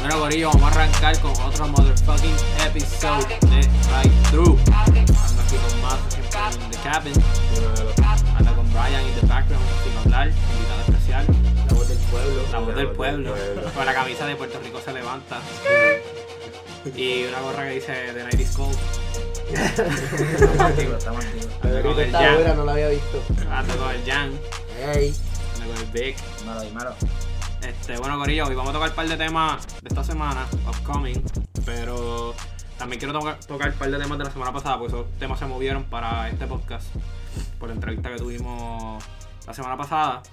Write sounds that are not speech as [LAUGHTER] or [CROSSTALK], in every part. Bueno, Gorillo, vamos a arrancar con otro motherfucking episode de Right Through. Ando aquí con Mazo, siempre en The Cabin. Ando con Brian in the background, sin hablar, invitado especial. La voz del pueblo. La voz del pueblo, con la camisa de Puerto Rico se levanta. Y una gorra que dice The Night is Cold. Estamos activos, estamos activos. La Ando con verita el está dura, Jan, no la había visto. ando con el Jan, Ey. ando con el Vic. Dímelo, dímelo. Este, bueno, Corillo, hoy vamos a tocar un par de temas de esta semana, upcoming, pero también quiero toca- tocar un par de temas de la semana pasada, porque esos temas se movieron para este podcast, por la entrevista que tuvimos la semana pasada.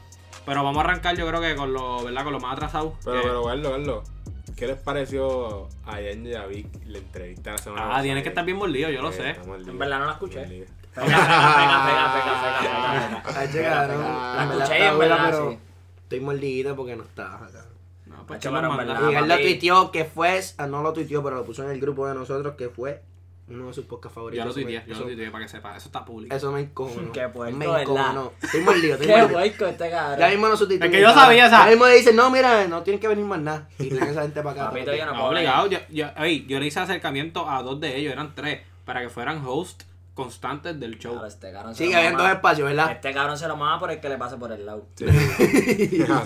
Pero vamos a arrancar, yo creo que con lo, ¿verdad? Con lo más atrasado. Pero, que- pero, Carlos, Carlos, ¿qué les pareció a Jan y a Vic la entrevista la semana ah, tienes que estar bien mordido, yo lo Sí, sé. estamos al día. En verdad no la escuché. Estamos al día. Pega, pega, pega, pega, pega, pega, Ha pega, llegado. pega. La Ah, La verdad escuché y está en dura, verdad, pero sí. estoy mordidito porque no estaba acá. No, pues, Hacho, ¿qué más pero en manda? Ah, verdad. Miguel lo papi. tuiteó que fue, ah, no lo tuiteó, pero lo puso en el grupo de nosotros que fue uno de sus podcasts favoritos. Yo lo Eso me- tuiteé, yo lo eso- tuiteé para que sepa, eso está público. Eso me encojonó. Qué puerco, Me ¿verdad? encojonó. Estoy mordido, [LAUGHS] estoy Qué mordido. hueco este cabrón. Ya mismo no sustituyen. Es que yo sabía esa- Ya mismo le dicen, no, mira, no tienen que venir más nada. Y traen esa gente para acá. Papito, yo no No, puedo. obligado. Yo, yo, ey, yo le hice acercamiento a dos de ellos, eran tres, para que fueran hosts constantes del show. Claro, este cabrón se Sí, que lo habían dos mama. espacios, ¿verdad? Este cabrón se lo mama por el que le pasa por el lado. Sí. [LAUGHS] así, Carlos,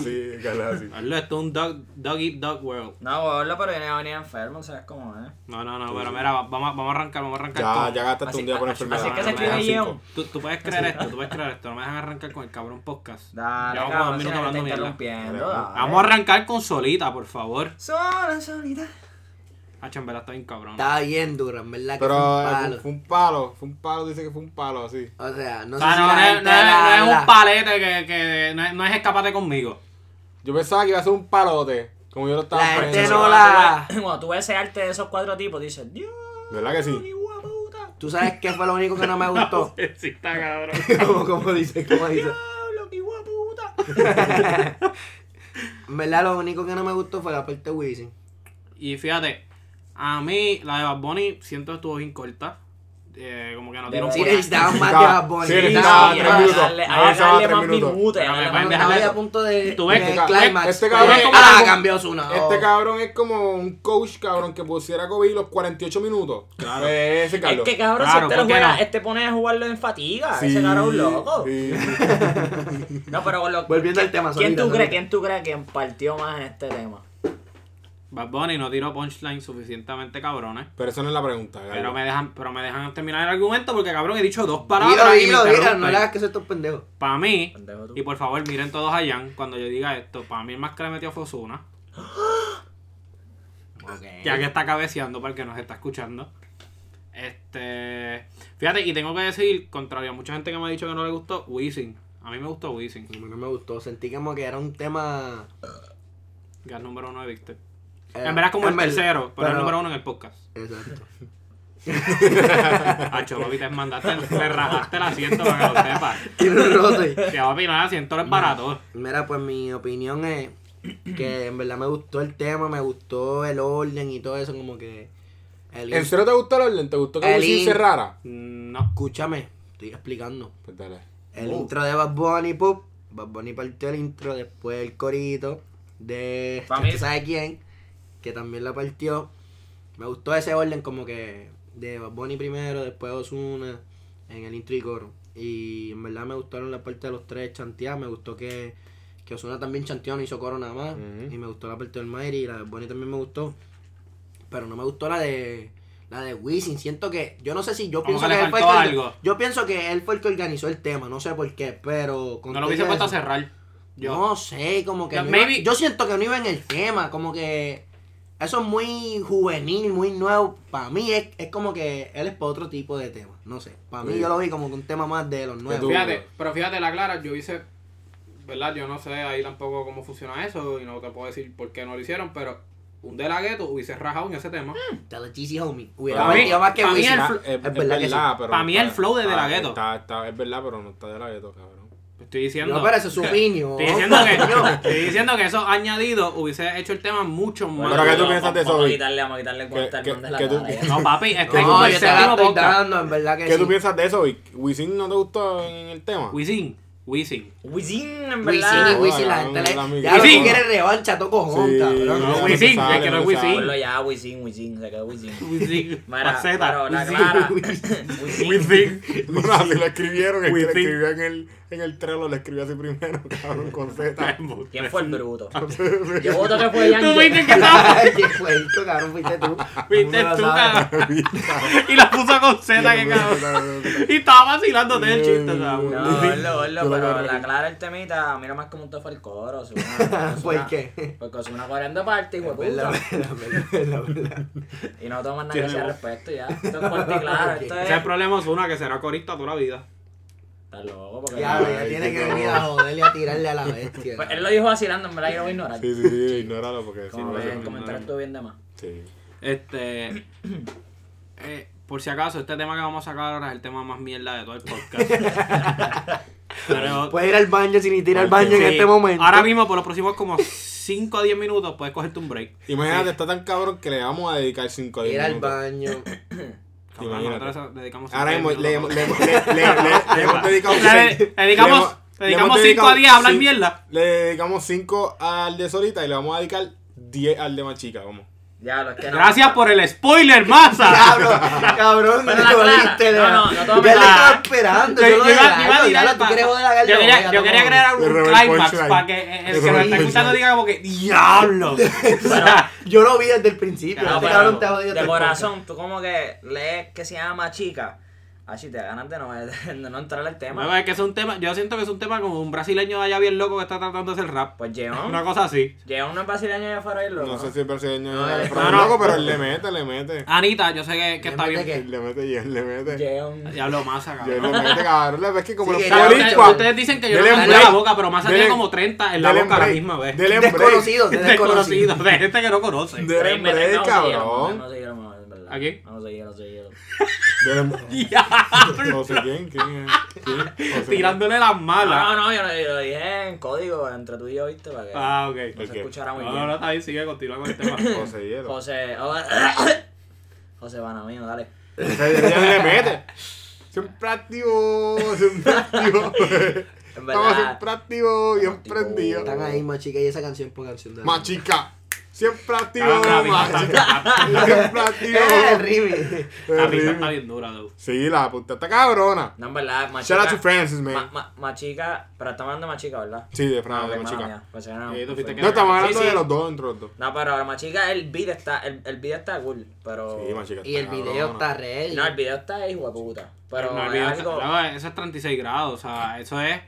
así. Carlos, esto es un dog, dog Eat Dog World. No, boludo, pero viene a venir enfermo, ¿sabes cómo es? No, no, no, pero mira, va- vamos, a- vamos a arrancar, vamos a arrancar. Ya, con- ya gastaste un día con Así- así- así enfermedad. es que se Me escribe dejan guión. cinco. Tú, tú [LAUGHS] puedes creer esto, tú puedes creer esto. No me dejan arrancar con el cabrón podcast. Dale, Ya vamos cabrón, a minutos si la gente hablando está mierda. interrumpiendo, Dale, dale. Vamos a arrancar con solita, por favor. Sola, solita. Ah, en verdad está bien cabrón. Estaba bien dura, en verdad. que Pero fue un eh, palo. fue un palo, fue un palo, dice que fue un palo así. O sea, no O sé sea, si no, la no es, gente no es- la- no es la- un palete que, que no, es, no es escapate conmigo. Yo pensaba que iba a ser un palote, como yo lo estaba La gente poniendo. no la- Cuando tú ves ese arte de esos cuatro tipos, dices, Dios, ¿Verdad que ni sí? guapa puta. Tú sabes qué fue lo único que no me gustó. [LAUGHS] [LAUGHS] sí, está cabrón. como, como dice, como dice. Diablo, qué guapa puta. En verdad, lo único que no me gustó fue la parte de Wisin. Y fíjate, a mí la de Bad Bunny siento que estuvo bien corta. Eh, como que no De tiene un Sí, Bueno. necesitaban más de Necesitaba- Bad Bunny. sí, Sí, necesitaba sí, tres hay que minutos. darle- hay que Avanzaba darle tres más minutos. minutos, hay que Pero darle me más No, no déjalo. había punto de, Tú ves, de este ca- climax. este cabrón Eh, es como- ah, cambió su no. Este cabrón es como un coach, cabrón, que pusiera Kobe los 48 minutos. Claro. Ese Es Carlos. que cabrón, Claro, si este, lo ¿por qué juega, no? este pone a jugarlo en fatiga. Sí, Ese cabrón es un loco. sí. No, pero lo, [LAUGHS] Volviendo ¿quién- al tema, ¿quién Solita, tú crees? Solita. ¿Quién tú crees que partió más en este tema? Bad Bunny no tiró punchline suficientemente cabrones. Pero esa no es la pregunta, Carlos. Pero me dejan, pero me dejan terminar el argumento porque cabrón he dicho dos Dilo, palabras y dilo, me dilo, no le hagas interrumpen. que eso estos pendejos. Para mí, Pendejo tú. y por favor miren todos a Jan cuando yo diga esto, para mí el más que le metió fue Ozuna, ya Eh. que está cabeceando para el que nos está escuchando. Este, fíjate, y tengo que decir, contrario a mucha gente que me ha dicho que no le gustó, Wisin. A mí me gustó Wisin, A mí no me gustó, sentí como que era un tema. que es número uno de Victor. eh, en verdad es como el verdad, tercero, pero, el número uno en el [LAUGHS] podcast. Exacto. Hacho, papi, te mandaste, le rajaste el asiento para que lo sepas. Tiene un roto ahí. Te va a opinar el asiento, es barato. Mira, pues mi opinión es que en verdad me gustó el tema, me gustó el orden y todo eso, como que. El ¿En serio te gustó el orden? ¿Te gustó que El Wisin in- cerrara? Mm, No. Escúchame, estoy explicando. Pues dale. El Oh. intro de Bad Bunny, pop. Bad Bunny partió el intro, después el corito de Pa' mí- ¿tú sabes quién, que también la partió. Me gustó ese orden como que de Bad Bunny primero, después Ozuna, en el intro y coro. Y en verdad me gustaron la parte de los tres chanteados, me gustó que, que Ozuna también chanteó, no hizo coro nada más. Ujú. Y me gustó la parte del Mayri y la de Bad Bunny también me gustó. Pero no me gustó la de la de Wisin, siento que, yo no sé si yo Como pienso que que, le él fue el faltó que- algo. yo pienso que él fue el que organizó el tema, no sé por qué, pero... con No lo todo hubiese eso- puesto a cerrar. Yo. No sé, como que... No, no iba- maybe- yo siento que no iba en el tema, como que... Eso es muy juvenil, muy nuevo. Para mí es, es como que él es para otro tipo de tema, no sé. Para mí Sí. yo lo vi como que un tema más de los nuevos. tú- Fíjate, pero fíjate, la clara, yo hice, ¿verdad? Yo no sé ahí tampoco cómo funciona eso y no te puedo decir por qué no lo hicieron, pero un de la gueto hubiese rajado en ese tema. Mm. Te lo cheesy, homie. Hubiera Pa' mí- metido más que pa' mí Wisin. el Ah, fl- es, es verdad verdad, que sí. pero. Pa' no mí el está- flow de De La ah, Ghetto. Está, está, es verdad, pero no está de la gueto, cabrón. Estoy diciendo. No, pero eso es su opinión. Estoy diciendo [LAUGHS] coño. que, estoy diciendo que eso añadido hubiese hecho el tema mucho más. Pero que tú Vamos- piensas de eso, Vamos a Vic? quitarle, vamos a quitarle el cuarto al que- man de la que tú- cara, ya. No, papi, este es No, como el yo te la séptimo estoy podcast. dando, en verdad que ¿Qué sí. tú piensas de eso, Vic? ¿Wisin no te gustó en el tema? Wisin, Wisin. Wisin, en Wisin y verdad. Wisin. Wisin, la gente Ah, le. mi- Ya lo que Wisin. quiere revancha, toco Sí, cojón, cabrón. [LAUGHS] no, [LAUGHS] ya Wisin, se sabe, es que no es se sabe. [LAUGHS] Wisin. Ponlo ya, Wisin, Wisin, se quedó Wisin. Wisin. [LAUGHS] Mara, Faceta. pero la Wisin. clara. [LAUGHS] [LAUGHS] Wisin. Wisin. Bueno, así lo escribieron, el que Wisin. lo escribió en el, en el Trello lo escribió así primero, [LAUGHS] cabrón, con Z. [LAUGHS] ¿Quién fue el bruto? Yo voto que fue Tú viste Yang. que [LAUGHS] estaba. Qué fuerte, cabrón, fuiste tú. Viste Tú me lo tú, sabes. cabrón. [LAUGHS] Y la puso con Z, que cabrón. Y estaba vacilándote Mm. del chiste, ¿sabes? No, ponlo, ponlo, pero la clara el temita, mira más como un fue el coro. Ozuna- ¿Por Ozuna- qué? Porque es una 40 parte, hijo de Verdad, puta. verdad, verdad, verdad. Y no toman nada que sea al Tiene- respecto ya. Esto es fuerte y [LAUGHS] claro, esto Ese es el es. problema es una que será corista toda la vida. Estás loco, porque. Ya, ya tiene que venir a joderle a tirarle [LAUGHS] a la bestia. Pues él lo dijo vacilando, en verdad, yo lo voy a ignorar. Sí, sí, sí, ignóralo porque sí, Como no que sé. el comentario estuvo bien de más. Sí. Este. eh, por si acaso, este tema que vamos a sacar ahora es el tema más mierda de todo el [LAUGHS] podcast. Pero. Pues, Puedes ir al baño sin ir al Porque baño en sí, este momento. Ahora mismo, por los próximos como 5 a 10 minutos, puedes cogerte un break. Imagínate, está tan cabrón que le vamos a dedicar 5 Ir días. al baño. [LAUGHS] Cabrón, Imagínate. nosotros dedicamos cinco Ahora a diez mismo le, le, minutos. le, le- le- le hemos dedicado Le- seis- dedicamos- le dedicamos hemos cinco a diez a hablar cin- mierda. Le dedicamos 5 al de Solita y le vamos a dedicar 10 al de Machica, vamos. Ya, lo es que no. Gracias por el spoiler, masa. Cabrón, cabrón, Pero me la jodiste, clara. No, no, no te voy a Yo le estaba matar. esperando. Yo- Yo lo yo iba- yo iba a dejé. tirar Claro, tú pa- quieres joder a yo Garlo, quería, venga, yo quería toma. crear Le un robé el climax punchline. para que el, Le que robé nos el está escuchando punchline. diga como que [LAUGHS] ¡Diablo! O sea, Yo lo vi desde el principio. No, este pero- cabrón te ha jodido todo De el corazón, tú como que lees que se llama chica. Así te ganas de no, [LAUGHS] de no entrar al tema. no, es que es un tema, yo siento que es un tema como un brasileño de allá bien loco que está tratando de hacer rap. Pues Jeon. Una cosa así. Jeon no es brasileño de fuera y loco. No sé si el brasileño es no, no. loco, pero él le mete, le mete. Anita, yo sé que, que está ¿De bien. qué? Le mete y él le mete. Jeon. Diablo, masa, Yo cabrón. le mete, cabrón. La vez que como Sí, los que ya- Ustedes- Boricua. Ustedes dicen que yo Dele no un me en la break. boca, pero Massa tiene Dele- como 30 en la dele boca a la break. misma vez. Dele break. Desconocido, [LAUGHS] de Desconocido, [LAUGHS] desconocido. de gente que no conoce. Dele Tres meses, break, vamos a seguir, cabrón. vamos a seguir, vamos a seguir, en verdad. ¿A quién? Vamos a seguir, vamos a seguir. [LAUGHS] Dele- Diablo. No sé quién, quién es. ¿Quién? No Ah, sé. Tirándole las malas. No, no, yo, no- yo lo dije en código entre tú y yo, ¿viste? Para que Ah, ok. no se ok. escuchara muy No, no, bien. no, está bien, sigue, continúa con el tema. José Hielo. José. oh, [COUGHS] José Banamino, dale. José Hielo le [LAUGHS] mete. Siempre activo, siempre activo. En Estamos verdad. siempre activos, bien Activo. prendidos. Están ahí, machica, y esa canción por canción de. Machica. Siempre activo, Cabrón, la pista machica. está- [LAUGHS] Siempre [LAUGHS] Eh, el activo. Rimi. La pista está bien dura, dude. Sí, la puta está cabrona. No, en verdad, machica. Shout out to Francis, ma- man. ma- machica, pero estamos hablando de machica, ¿verdad? Sí, de Ah, Fran, ok, de mala Machica. mía, pensé que no. Sí, tú fuiste que- No, estamos hablando Sí, sí. de los dos, entre los dos. No, pero la machica, el beat está, el, el video está cool, pero... Sí, Machica. Y el video está ready. No, el video está hijo de puta, pero No, es olvides, algo... luego, eso es 36 grados, o sea, eso es.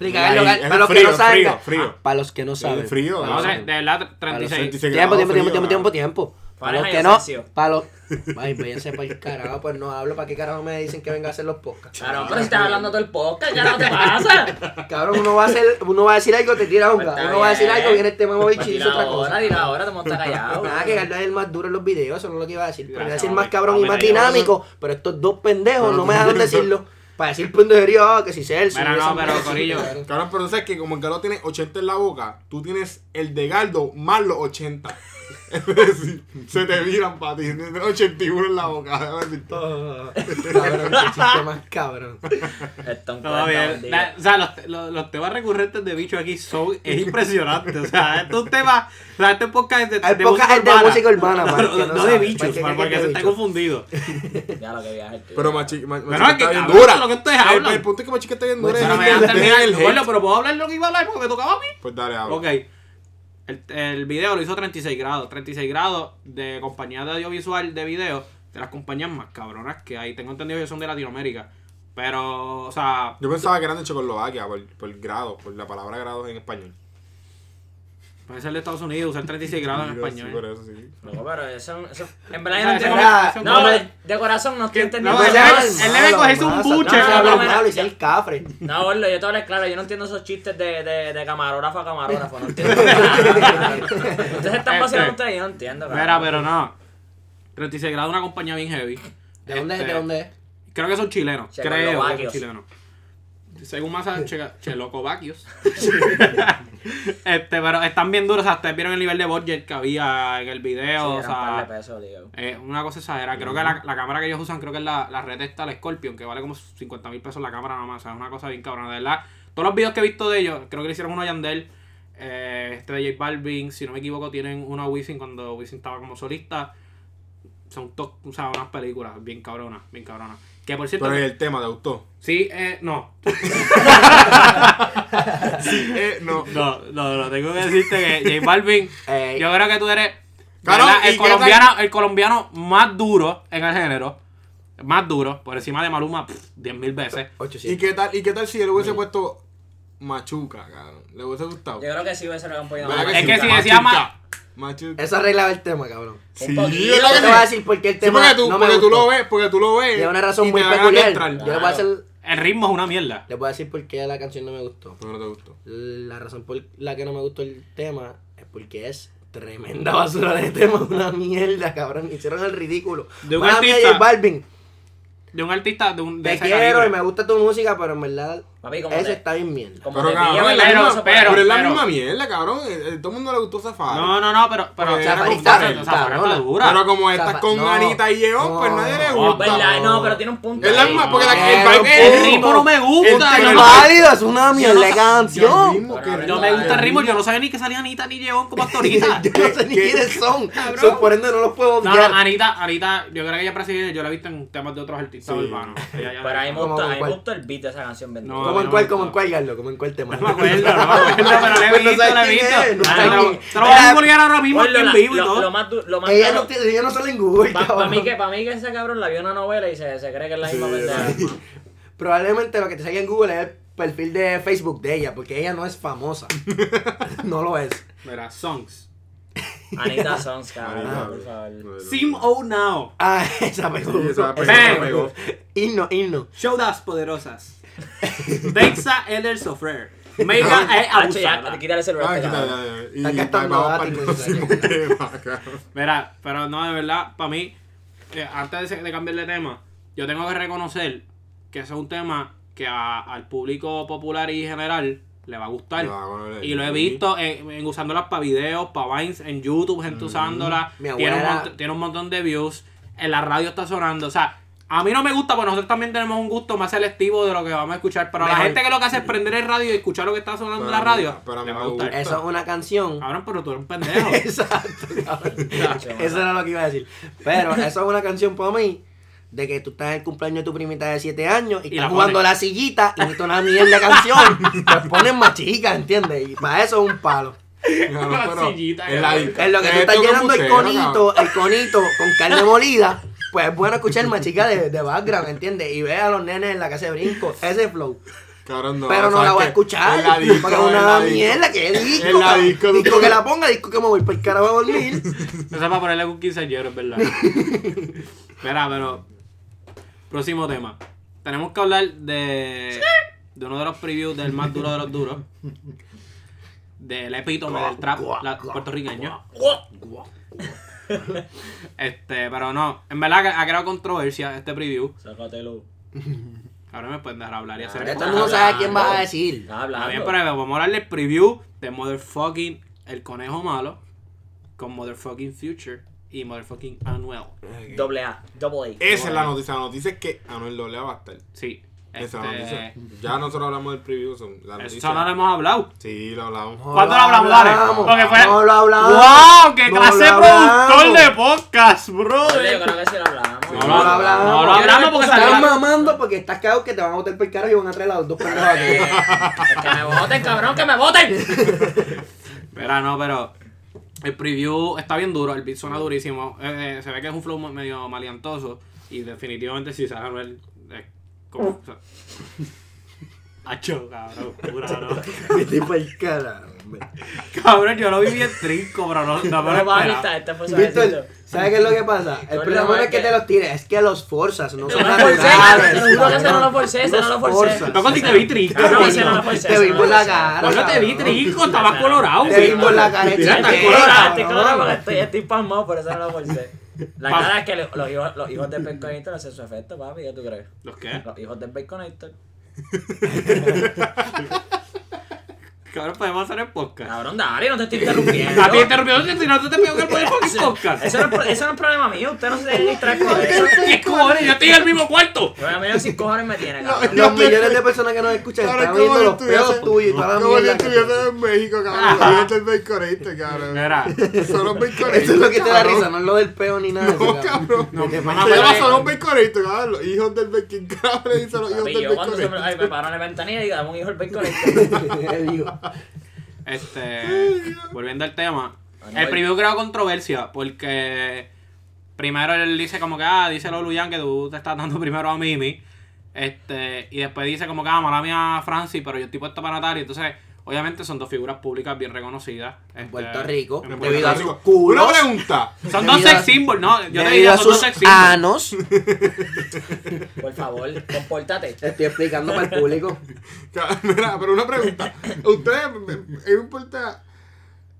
Explica, Ahí, Garlo, es Garlo, para los que frío, no Ah. saben. frío, frío. Para los que no El saben. frío, no, ¿no? de de verdad, Para los 36. Tiempo, tiempo, tiempo, tiempo, Frío, tiempo, cabrón. tiempo. Para Para los que ellos, no, Sergio. para los... Ay, váyanse para el carajo, pues no hablo, ¿para qué carajo me dicen que venga a hacer los podcasts? Claro, Ah, pero si estás hablando todo el podcast, ya no te pasa. Cabrón, uno va a, hacer, uno va a decir algo, te tira un Pues está Uno va a decir bien. algo, viene este mamá Pues bicho y Dile dice otra ahora, cosa. dile ahora, te montas [LAUGHS] callado. Nada, que Garlo es el más duro en los videos, eso no es lo que iba a decir. Pero iba a Gracias, decir más mami. cabrón y Mami, más te llevo. dinámico, pero estos dos pendejos no me dejaron decirlo. Para decir pendejería, ah, que si Celso. Mira, y esa no, pero, mierda, corillo. [LAUGHS] cabrón. Cabrón, pero tú sabes que como el Galo tiene 80 en la boca, tú tienes el de Galdo más los 80. [LAUGHS] Es decir, se te miran para ti. Tienes 81 en la boca. déjame decirte. Ah, Cabrón, qué chiste más cabrón. Está un Todo bien. La- o sea, los, los- los temas recurrentes de bicho aquí son. Es impresionante. O sea, estos temas. O sea, este podcast es de, El podcast es de música urbana, No, para el no, que no no de sabe, para bichos, el que para- cree porque que es se de está bichos. confundido. Ya lo que viaja el tío. Pero Machi, Ma- Machica Pero es Pues que, está bien cabrón, dura. de lo que ustedes El- hablan. El punto es que Machica está bien dura. Pero me es que dejan dejen terminar. el hate. Bueno, pero puedo hablar lo que iba a hablar porque me tocaba a mí. Pues dale, habla. Ok. El, el video lo hizo 36 grados. 36 grados de compañía de audiovisual de video. De las compañías más cabronas que hay. Tengo entendido que son de Latinoamérica. Pero, o sea. Yo pensaba que eran de Checoslovaquia por, por grado, por la palabra grados en español. Puede ser de Estados Unidos, usar [LAUGHS] 36 grados en Yo sí, por español. eso sí. Loco, pero eso, eso... En verdad yo O no sea, entiendo... era- eso- No, no, de- de corazón no estoy entendiendo. no, Pues ya- habla él debe malo, cogerse un masa. buche, No, no, cabrón. habla malo y sea el cafre. No, boludo, yo te hablo claro, yo no entiendo esos chistes de, de, de camarógrafo a camarógrafo, no [LAUGHS] entiendo nada. Ustedes están vacilando ustedes, yo no entiendo. cabrón. Este, Mira, pero no. 36 grados, una compañía bien heavy. ¿De dónde es? Este, ¿De dónde es? Creo que son chilenos. Creo que son Checoslovaquios. chilenos. Según [LAUGHS] más chelocovaquios. este, pero están bien duros. O sea, ustedes vieron el nivel de budget que había en el Sí, video. eran o un par de sea, pesos, digo. eh, una cosa exagerada. Creo que la, la cámara que ellos usan, creo que es la, la red esta, la Scorpion, que vale como 50 mil pesos la cámara nada más. O sea, es una cosa bien cabrona. De verdad, Todos los videos que he visto de ellos, creo que le hicieron uno a Yandel, eh, este de J Balvin, si no me equivoco, tienen uno a Wisin cuando Wisin estaba como solista. Son to- o sea, unas películas bien cabronas, bien cabronas. Que por cierto, Pero es el tema, ¿te [LAUGHS] gustó? sí, eh, no, Sí, eh, no. No, no, no, tengo que decirte que J Balvin, Ey. yo creo que tú eres Claro, ¿verdad? ¿y el, qué colombiano, el colombiano más duro en el género. Más duro, por encima de Maluma, pff, 10.000 veces. ¿Y 800. qué tal, y qué tal si él hubiese puesto Machuca, cabrón? ¿Le hubiese gustado? Yo creo que sí hubiese ser un poquito ¿Verdad más. Es que sí? si decía ma- Machuca. Eso arreglaba el tema, cabrón. Sí, poquito. ¿verdad Yo que te voy a sí? decir por qué el Sí, tema porque tú, no me porque tú gustó. lo ves, porque tú lo ves. Y es una razón y muy te dan peculiar. entrar. Yo le voy a hacer- El ritmo es una mierda. les voy a decir por qué la canción no me gustó. Pero no te gustó. La razón por la que no me gustó el tema es porque es tremenda basura de tema, [LAUGHS] una mierda, cabrón. Hicieron el ridículo. De un Mala mía, artista. J Balvin, De un artista de un de te ese quiero calibre. y me gusta tu música, pero en verdad, Papi, como eso te- está bien mierda. Como Pero te cabrón, pillaba en la la misma- cosa por pero- Pero, ahí. es la pero- misma mierda, cabrón. Eh, eh, Todo el mundo le gustó Safari. No, no, no, pero, pero Porque Safari era está- como- Safari está cabrona. dura. Pero como estás Zafa- con no. Anita y Eon, pues No. nadie le Oh, gusta. ¿Verdad? No, pero tiene un punto. Es la ahí. misma, porque la, Pero el vibe es- el ritmo no me gusta, El- yo Es no- válido, es una mierda de Dios canción. mismo, Pero qué a mí No me gusta el ritmo. ritmo, yo no sabía ni que salía Anita ni León como [LAUGHS] actorita. Yo [LAUGHS] no sé ni ¿Qué- quiénes son. So, por ende no los puedo No, no, obviar. Anita, Anita, yo creo que ella preside, yo la he visto en temas de otros artistas Sí. urbanos. [LAUGHS] Ella ya- Pero a mí me ¿Cómo, gusta- cómo, a mí me cuál? gusta el beat de esa canción, bendito. No, Como no, en cuál, no. como en cuál, Garlo, como en cuál tema. No me acuerdo, no me [LAUGHS] acuerdo, pero le he Pues No visto, sabes le he quién visto. es, no Ah, sabes te lo- quién. Te lo voy a Mira, googlear ahora mismo aquí Ponlo en la- vivo y lo- Lo todo. más du- lo más Ella caro- no, tiene- ella no sale en Google, Pa- pa' cabrón. mí que, pa' mí que ese cabrón la vio en una novela y se, se cree que es la misma Sí, [LAUGHS] pendeja. Probablemente lo que te salga en Google es el perfil de Facebook de ella, porque ella no es famosa. [LAUGHS] no lo es. Mira, songs. Anita Sons, cabrón, Anita, por favor. Sim O Now. Ah, [LAUGHS] esa pegó. Sí, esa pegó, esa pegó. Himno, himno. Showdas [LAUGHS] poderosas. Dexa Eller Sofrer. [LAUGHS] Mega e Hacho, ya, abusada. quítale el celular. Ah, este quita, cabrón. ya, ya. Y Está gastando vamos para el ático, próximo dice. tema, cabrón. Mira, pero no, de verdad, para mí, eh, antes de, se- de cambiar de tema, yo tengo que reconocer que ese es un tema que a- al público popular y general le va a gustar. Le va a valer. y lo he visto en, en usándolas para videos, para Vines, en YouTube, gente usándola. Mi Tiene un, abuela- mont- tiene un montón de views. En la radio está sonando. O sea, a mí no me gusta, porque nosotros también tenemos un gusto más selectivo de lo que vamos a escuchar. Pero a la Mejor. gente que lo que hace es prender el radio y escuchar lo que está sonando en la eh, Pero a mí- radio, pero a mí le va a me gustar. gusta. Eso es una canción. Cabrón, pero tú eres un pendejo. [LAUGHS] [LAUGHS] Exacto, cabrón. Hacho, Eso era lo que iba a decir. [LAUGHS] Pero eso es una canción para mí. De que tú estás en el cumpleaños de tu primita de 7 años y, Y la estás jugando pones. la sillita y necesitas una mierda [LAUGHS] canción. Pues ponen más chica, ¿entiendes? Y para eso es un palo. Claro, Una pero sillita, en la- cabrón. En lo que tú esto estás es un llenando el museo, cabrón. conito, el conito con carne molida, pues es bueno escuchar machica de, de background, ¿entiendes? Y ve a los nenes en la casa de brinco, ese flow. Cabrón, no, Pero no ¿sabes la voy a qué? escuchar, En la disco, porque es en una la disco. mierda que es disco. En la cabrón. disco, tú Disco tienes- que la ponga, disco que me voy por el cara a dormir. Eso es para ponerle un quinceañero, es [LAUGHS] verdad. Mira, pero. Próximo tema. Tenemos que hablar de. De uno de los previews del más duro de los duros. Del epítome del trap la- puertorriqueño. Este, pero no. En verdad que ha creado controversia este preview. Sácatelo. Ahora me pueden dejar hablar y hacer Ya el todo el mundo sabe quién vas a decir. Estás Está bien, hablando. pero vamos a hablar del preview de Motherfucking El Conejo Malo con Motherfucking Future y Motherfucking Anuel. Doble A, double A. Esa es la noticia. La noticia es que Anuel Doble va a estar. Sí. Esa es la noticia. Este, Ya nosotros hablamos del preview. son- La eso noticia. no lo hemos hablado. Sí, lo hablamos. ¿Cuándo lo hablamos, Dale? Porque fue- No lo hablamos. ¡Wow! ¡Qué No clase de lo hablamos. productor de podcast, bro! Doble, Yo creo que sí lo hablamos. No, No lo hablamos. No lo hablamos porque salió Estás la- mamando porque estás cagado que te van a botar por el cara y van a traer a los dos pendejos aquí. Eh, Que me voten, cabrón, que me voten. Espera, no, pero el preview está bien duro, el beat suena durísimo. eh, eh, se ve que es un flow medio maleantoso. Y definitivamente si sale Anuel. eh, como- o sea, [LAUGHS] Acho, cabrón, jura, no. [LAUGHS] Vete por el cara, hombre. Cabrón, yo lo vi bien trinco, pero no, no me lo No, papi, esperaba. está- este fue suavecito. Víctor, ¿sabes qué es lo que pasa? El Yo problema le no es que voy a- te los tires, es que los forzas, no son No lo forcé, naturales. te lo juro que ese no lo cabrón. forcé, ese Los no lo forcé. forzas. Loco, si te vi trinco. No, cabrón. ese no lo forcé, Te ese vi no lo por la forcé. cara. Bueno, te vi cabrón. trinco, estabas colorado. Te vi güey. por la cara. Mira, está chiquete, colorado, Estoy cabrón. colorado porque estoy, estoy pasmado, por eso no lo forcé. La Pa- cara es que le- los hijos, los hijos del Baconator hacen su efecto, papi, ¿qué tú crees? ¿Los qué? Los hijos del Baconator. Cabrón, podemos hacer el Ah, podcast. Cabrón, dale, no te estoy interrumpiendo. A ti te interrumpió, si no, tú te pido [LAUGHS] que puedes poner el podcast. Eso no, es, pro- eso no es problema mío, usted no se debe distraer con eso. ¿Qué cojones? Yo estoy en el mismo cuarto. Yo a menos sin cojones me tiene, cabrón. Los millones de personas que nos escuchan Cabrón, están ¿cómo viendo los estuviese- peos tuyos y toda la Como yo mierda. que- estuviese en México, cabrón. Yo estoy bacoreísta, cabrón. Mira, Solo un bacoreísta. Eso es lo que te da cabrón. risa, no es lo del peo ni nada. de eso, No, cabrón. No, Te mamá, Se mandas- llama solo un bacoreísta, cabrón. Los hijos del bacoreísta. Cabrón, le dicen los hijos Papi, del yo cuando se me, bacoreísta. ay, me paro en la ventanilla y dame un hijo el bacon. este. [LAUGHS] Digo, este. Volviendo al tema. Bueno, El voy. preview creó controversia porque. Primero él dice como que, ah, díselo Luyan que tú te estás dando primero a Mimi. Este, y después dice como que, ah, mala mía Francis, pero yo estoy puesto para Natalia. Entonces, obviamente son dos figuras públicas bien reconocidas. este, Puerto Rico, en Puerto debido a Rico. sus Una culos, pregunta. Son dos Debido a- sex symbols, ¿no? Yo te debido diría, a son dos sus ah, sex symbols. anos. Por favor, compórtate. Estoy explicando para el público. Ca- [LAUGHS] Mira, pero una pregunta. Ustedes, me- me- me importa.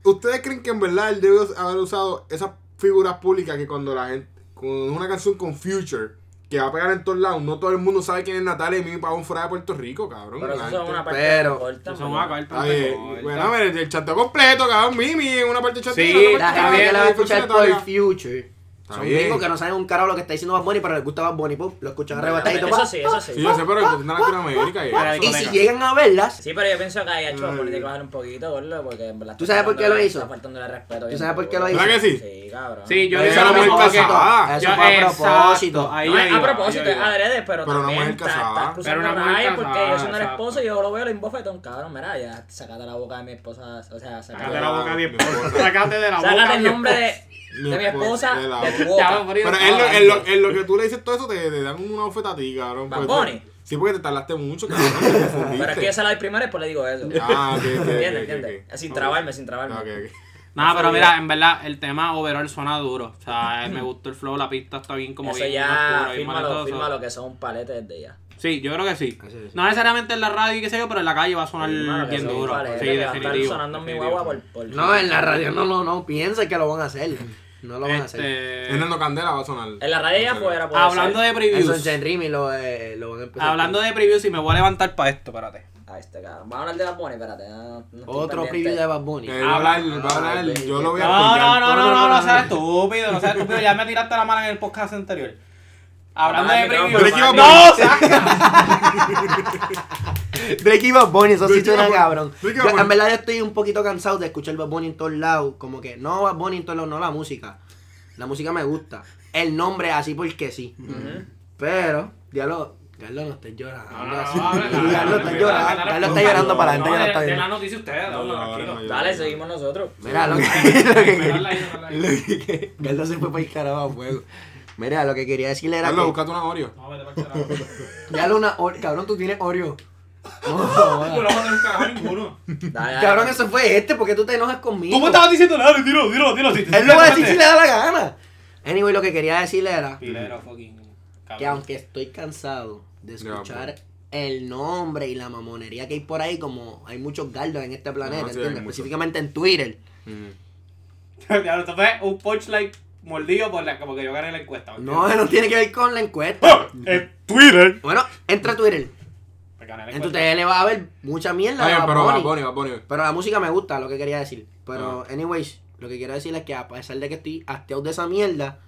¿Ustedes creen que en verdad él debe haber usado esas figuras públicas que cuando la gente. Cuando es una canción con Future, que va a pegar en todos lados, no todo el mundo sabe quién es Natalia y Mimi Pavón fuera de Puerto Rico, cabrón. Pero eso La es gente- una parte pero- que corta, Son pero- una carta, Está una bien. carta. Bueno, a ver, el chanteo completo, cabrón. Mimi en una parte chanteo. Sí, en otra parte La Está gente bien, que la va a escuchar diferencia por el todavía. future. Son bien. gringos que no saben un carajo lo que está diciendo Bad Bunny, pero les gusta Bad Bunny, pum, lo escuchan arrebatadito. Eso pa. sí, eso sí. Sí, yo sé, pero es de Latinoamérica. y Pero eso. Y si Venga. llegan a verlas, Sí, pero yo pienso que ahí ha hecho a poner de coger un poquito, gordo, porque en verdad. ¿Tú está sabes por qué lo faltándole- hizo? Está faltándole el respeto. bien sabes por qué lo duro. hizo? ¿Verdad que sí? Sí, cabrón. Sí, yo Pero hice era lo mujer mismo porque... casada. Eso yo- fue a exacto, propósito. ahí No, yo es- iba, a propósito, ahí es yo iba. adrede, pero, Pero una también mujer está, casada. está cruzando Pero una la mujer raya porque casada, yo soy el exacto. esposo y yo lo veo el bofetón, cabrón, mira, ya, sacate la boca de mi esposa, o sea, Sácate de de sacate, la boca bien, sácate de la boca sácate el bien. nombre de, Mi de mi esposa, esposa de de, la tu Ya, boca. vamos, Pero ahorita. en lo, en, lo, en lo que tú le dices todo eso, te, te dan una oferta a ti, cabrón. Bad porque- Bunny. Sí, porque te tardaste mucho, cabrón. Te confundiste. Pero es que yo se la doy primero y después pues le digo eso. Ah, ok, ok, ok, [LAUGHS] ¿Entiendes? ok, ¿Entiendes? ok. Sin trabarme, sin trabarme. Ah, ok, ok. Nada, pero mira, en verdad, el tema overall suena duro. O sea, [CLEARS THROAT] eh, me gustó el flow, la pista está bien como Eso bien ya, oscura, bien fírmalo, maletoso. fírmalo, que son un palete desde ya. Sí, yo creo que sí. Así es. No necesariamente en la radio y qué sé yo, pero en la calle va a sonar Fírmalo, que bien son un duro. palete Sí, que va a estar definitivo. sonando en mi definitivo. guagua por... por- no, en la radio no, no, no, piensen que lo van a hacer. No lo van a hacer. Este, Hernando Candela va a sonar. En la radio ya afuera, puede hablando ser. de Eso previews. en Chen Rimi lo, eh, lo van a empezar. Este, Hablando de previews, y me voy a levantar para esto, espérate. Ah, este cabrón. Vamos a hablar de Bad Bunny, espérate. no- no estoy Otro pendiente. preview de Bad Bunny. Él va a hablar, él va a hablar. Ah, Yo lo voy a No, no, apoyar. no, no, no, no seas estúpido, no seas estúpido. Ya me tiraste la mala en el podcast anterior. Hablando Apaga de el micrófono, previews. apaga el ¡No! saca! Drake y Bad Bunny, eso Drake y sí Bad suena Bunny. cabrón. Drake y Yo, Bad Bunny. en verdad yo estoy un poquito cansado de escuchar Bad Bunny en todos lados. Como que no Bad Bunny en todos lados, no la música. La música me gusta. El nombre es así porque sí. Mm-hmm. Pero, diablo, Carlos no estés llorando. así. Carlos está llorando. Carlos está llorando para la gente que no está la viendo. noticia ustedes, No, no, tranquilo. tranquilo. Dale, seguimos nosotros. Mira, lo que, lo que- No, lo que- [LAUGHS] Carlos se fue para el carajo a fuego. Mira, lo que quería decirle era Carlos, que. búscate una Oreo. vete para el carajo. Diablo, una. Ore- Cabrón, tú tienes Oreo. [LAUGHS] No, jodas. Tú no vas a tener un carajo ninguno. Dale, dale. Cabrón, eso fue este, porque tú te enojas conmigo? Tú me estabas diciendo nada, tiro, tiro, tiro. Él lo va a decir si le da la gana. Anyway, lo que quería decirle era Pilero, fucking. que [LAUGHS] aunque estoy cansado de escuchar el nombre y la mamonería que hay por ahí, como hay muchos galdos en este planeta, sí, hay ¿entiendes? muchos. Específicamente en Twitter. Diablo, esto fue un punchline mordido por la, como que yo gané la encuesta. ¿me No, [LAUGHS] entiendes? no tiene que ver con la Ah. encuesta. En Twitter. Bueno, entra a Twitter. Me gané la En tu encuesta. TL va a haber mucha mierda. Está de bien, Bad pero va Bunny. Bonnie, va Bonnie. Pero la música me gusta, lo que quería decir. Pero, Ah. anyways, lo que quiero decir es que a pesar de que estoy hastiado de esa mierda,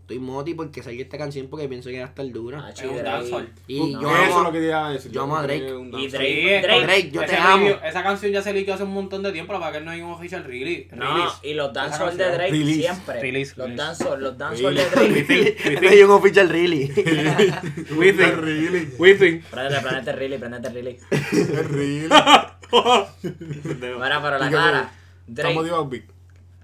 estoy moti porque salió esta canción porque pienso que va a estar dura. Ah, Es un Drake. dancehall. Y Eso yo es amo- lo que quería decir. yo amo a Drake. Un Y danza. Drake, Sí, Drake. Drake, yo Ese te amo. preview- Esa canción ya se liquidó hace un montón de tiempo, para que no hay un official release. No, [LAUGHS] release. y los dancehall Esa de canción. Drake Release. siempre. Release, Los release. dancehall, los dancehall de Release. Drake. No hay un official [LAUGHS] really. With Es it. really. With it. Prendete, prendete Riley, prendete Riley. [LAUGHS] Es really. Mira, pero ¿Y la qué cara. Estamos Drake. divas big.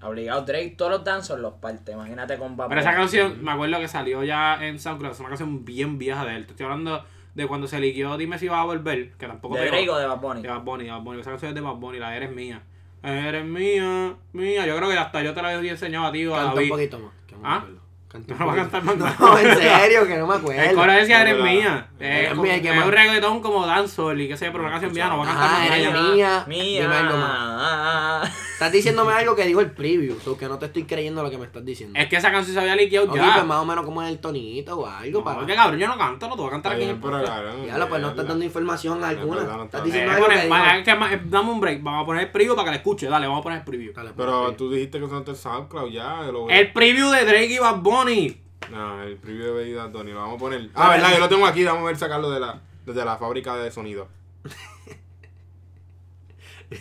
Obligado, Drake, todos los dancehall los parte. Imagínate con Bad Pero esa Bunny. canción, me acuerdo que salió ya en SoundCloud, es una canción bien vieja de él. Te estoy hablando de cuando se liquidó Dime si va a volver, que tampoco ¿De pegó. Drake o de Bad Bunny? De Bad Bunny, de Bad Bunny. Esa canción es de Bad Bunny, la Eres Mía. Eres mía, mía. Yo creo que hasta yo te la había enseñado a ti o a Canta un David. poquito más. Que no me ¿Ah? acuerdo. Canta un No va a poquito. cantar más nada. [LAUGHS] No, en serio, que no me acuerdo. El coro decía Eres Pero la- Mía. Es Eres como- mía, ¿qué es más? un reggaetón como dancehall y qué sé yo, pero una canción mía no va a cantar Ajá, más Eres nada. mía, Mía. dime algo Estás diciéndome algo que dijo el preview, o que no te estoy creyendo lo que me estás diciendo. Es que esa canción se había liqueado Ok, ya. pues más o menos como es el tonito o algo No, para. porque, cabrón, yo no canto, lo tengo que cantar aquí en el podcast. Ya lo, pues no estás dando información alguna. verdad, no está- estás Eh, diciendo algo pone- que dijo. va- es que ma- eh, dame un break, vamos a poner el preview para que la escuche, dale, vamos a poner el preview. Dale, pues, Pero ok. [LAUGHS] tú dijiste que eso no está en SoundCloud ya. Lo voy a- El preview de Drake y Bad Bunny. No, el preview de Bad Bunny, lo vamos a poner. Ah, verdad, yo lo tengo aquí, vamos a ver sacarlo de la, desde la fábrica de sonido.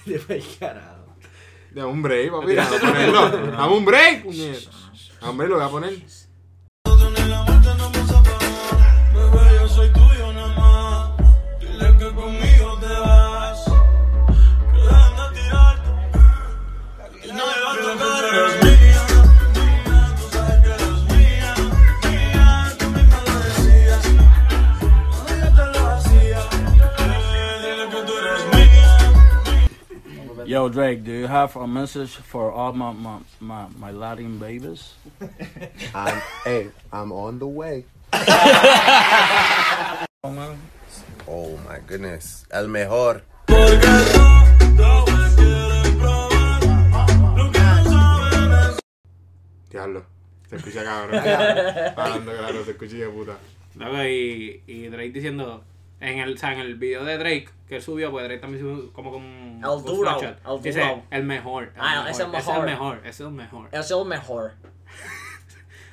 Te fue el carajo. De un break, papi. Dame ponerlo. Dame un break, puñeta. Hombre, lo voy a poner. Bebé, yo soy tuyo nada más. Dile que conmigo te vas. Que dejen de tirarte. Y no me va a tocar. Eres mía, mía. Tú sabes que eres mía, mía. Tú misma lo decías. Cuando yo te lo hacía. Eh, Dile que tú eres mía. Yo, Drake, do you have a message for all my my, my, my Latin babies? I'm, hey, I'm on the way. Oh my goodness, el mejor. Porque no te voy a querer probar. Lo que no saben es Diablo. Se escucha [LAUGHS] cabrón. Hablando claro, se escucha de puta. Luego, Y, y Drake diciendo, en el, o sea, en el video de Drake que él subió, pues Drake también subió como con. El con duro, Snapchat. el duro. Dice, el mejor. El Ah, ese es mejor, mejor. mejor, ese es el mejor. Ese es el mejor.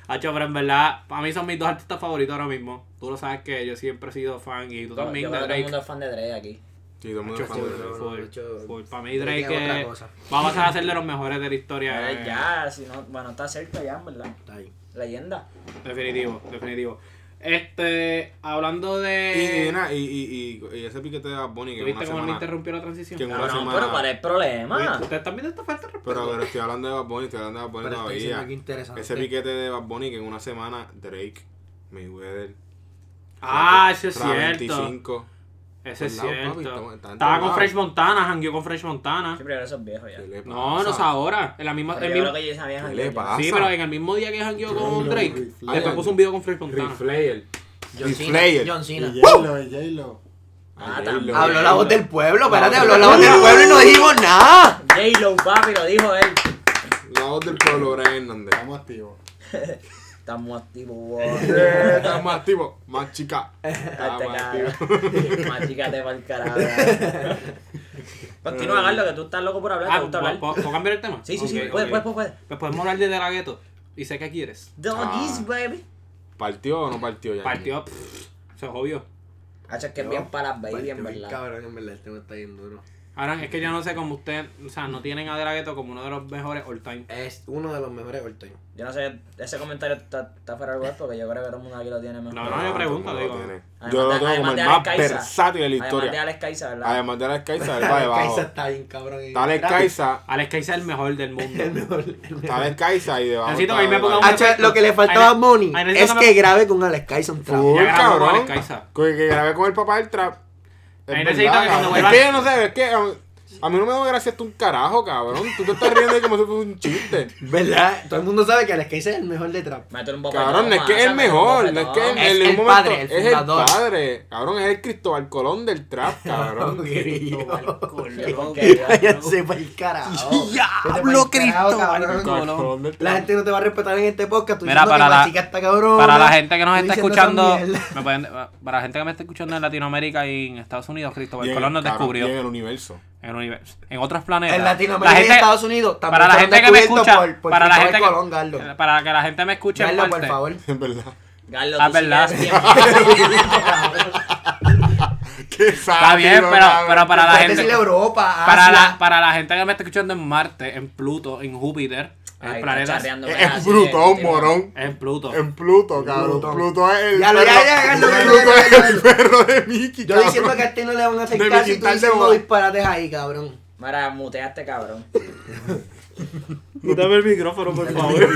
Hacho, pero en verdad, para mí son mis dos artistas favoritos ahora mismo. Tú lo sabes que yo siempre he sido fan y tú Yo también de creo que todo el Drake. mundo es fan de Drake aquí. Sí, todo el mundo Hacho, es fan de full, Drake. no, full, hacho, full. Para mí Drake Drake es otra es- cosa. va a pasar a ser de los mejores de la historia. Eh, eh, Ya, si no, bueno, está cerca ya, en verdad. Está ahí. Leyenda. Definitivo, definitivo. Este, hablando Y, y, de... nada, y, y, y- y ese piquete de Bad Bunny que en una ¿Viste cómo no semana. interrumpió la transición? que en una Cabrón. Cabrón, semana- pero ¿cuál es el problema? Ustedes también te está falta de respeto. Pero, pero estoy hablando de Bad Bunny, estoy hablando de Bad Bunny Pero estoy diciendo todavía. aquí interesante. Ese piquete de Bad Bunny que en una semana Drake, Mayweather. ah, eso es Ra cierto. 25. Eso es Por lado, papi, cierto. estamos- está en Estaba todos con lados. Fresh Montana, jangueó con Fresh Montana. Sí, pero esos viejos ya. ¿Qué le No, no es pasa? ahora. En la misma, Pero el yo mismo- creo que ya sabían ¿Qué le algo ya. pasa? Sí, pero en el mismo día que jangueó con Drake, Riffle. después puso un video con Fresh Montana. Reflayer. John Cena. Slayer. John Y Cena. J-Lo, y J-Lo. Ah, Ay, también. J-Lo. Habló la voz del pueblo, espérate, habló la voz del pueblo y no dijimos nada. J-Lo, papi, lo dijo él. La voz del pueblo, Brian Hernández. Estamos activos. Estamos activos, wow. [LAUGHS] Estás Eh, más activo, más [LAUGHS] chica. Estás Hazte más cara. [LAUGHS] activo. Machícate pa'l carajo. Continúa, Garlo, que tú estás loco por hablar. Ah, ¿Te gusta ¿puedo, hablar? puedo- puedo cambiar el tema? Sí, sí, sí. Ok, Puedes, ok. puedes, puedes. puedes. Pues podemos hablar de la gueto. Y sé que quieres. Ah. Doggies, baby. ¿Partió o no partió ya? Partió, pff, se jodió. Hacho, es que es bien para las baby, Partió en bien verdad. Cabrón, en verdad, el tema está bien duro. Ahora, es que yo no sé cómo ustedes, o sea, no tienen a De La Ghetto como uno de los mejores all time. Es uno de los mejores all time. Yo no sé, ese comentario está, está fuera del lugar porque yo creo que todo el mundo aquí lo tiene mejor. No, no, yo pregunto, todo el mundo digo. lo Ah, tiene. Además Yo de- lo tengo como además el de más Alex Caiza. versátil de la Además de historia. Alex Kaiza, ¿verdad? Además de Alex [LAUGHS] Kaiza, él va Alex Kaiza debajo. está bien cabrón. y- Está Alex Kaiza, Alex Kaiser es el mejor del mundo. [LAUGHS] El mejor, el mejor. está Alex Kaiza y debajo. Necesito está que ahí me ponga Alex- Hacho, lo que le faltaba a Ay, Money ay, necesito es que que me- grabe con Alex Kaiser un trapo. Full, Ya grabó con cabrón. Alex Kaiza. Que, que grabé con el papá del trap. Es Ahí necesito verdad, que cuando cabrón. vuelva- Es que yo no sé, es que a, a mí no me da gracia esto un carajo, cabrón. Tú te estás riendo ahí como si fuese un chiste. ¿Verdad? Todo el mundo sabe que Alex Kaiser es el mejor de trap. Métele un bofetón, Cabrón, no es que es el métele un mejor, no bofetón. es que en Es en el un momento padre, el es el fundador. padre. Cabrón, es el Cristóbal Colón del trap, cabrón. [LAUGHS] Cristóbal Qué Colón. porquería, Váyanse para el [LAUGHS] carajo. cabrón. Diablo, Cristóbal Colón del La trap. gente no te va a respetar en este podcast. Tú Mira, diciendo para que la, la- chica está cabrón. Para la gente que nos está escuchando, Está me pueden- para la gente que me está escuchando en Latinoamérica y en Estados Unidos, Cristóbal Y en- Colón nos cabrón, descubrió y en el universo. en el universo, en otros planetas. en La Latinoamérica y gente- en Estados Unidos. también para la fueron gente que me descubiertos escucha, por- por para la Cristóbal gente que- Eh, Colón, Garlo. para que la gente me escuche en Garlo, por parte. favor. En verdad. Garlo, Ah, tú sí verdad. eres [LAUGHS] bien- Qué Está bien, sátiro, pero, cabrón. pero para la Puedes gente decirle Europa, para Asia. la, para la gente que me está escuchando en Marte, en Pluto, en Júpiter, en Ay, planetas, está charreando, Es- ¿verdad? Es Así Plutón, que- morón. en Pluto. En Pluto, cabrón. Plutón. Pluto es el Ya lo- ya, ya, ya, perro- ya, ya, Pluto ya, ya, es el perro de Mickey, Yo diciendo cabrón. que a este no le van a hacer De caso y tú visitar de diciendo boda. disparates ahí, cabrón. Mira, mutea a este cabrón. Quítame el micrófono, [LAUGHS] por favor.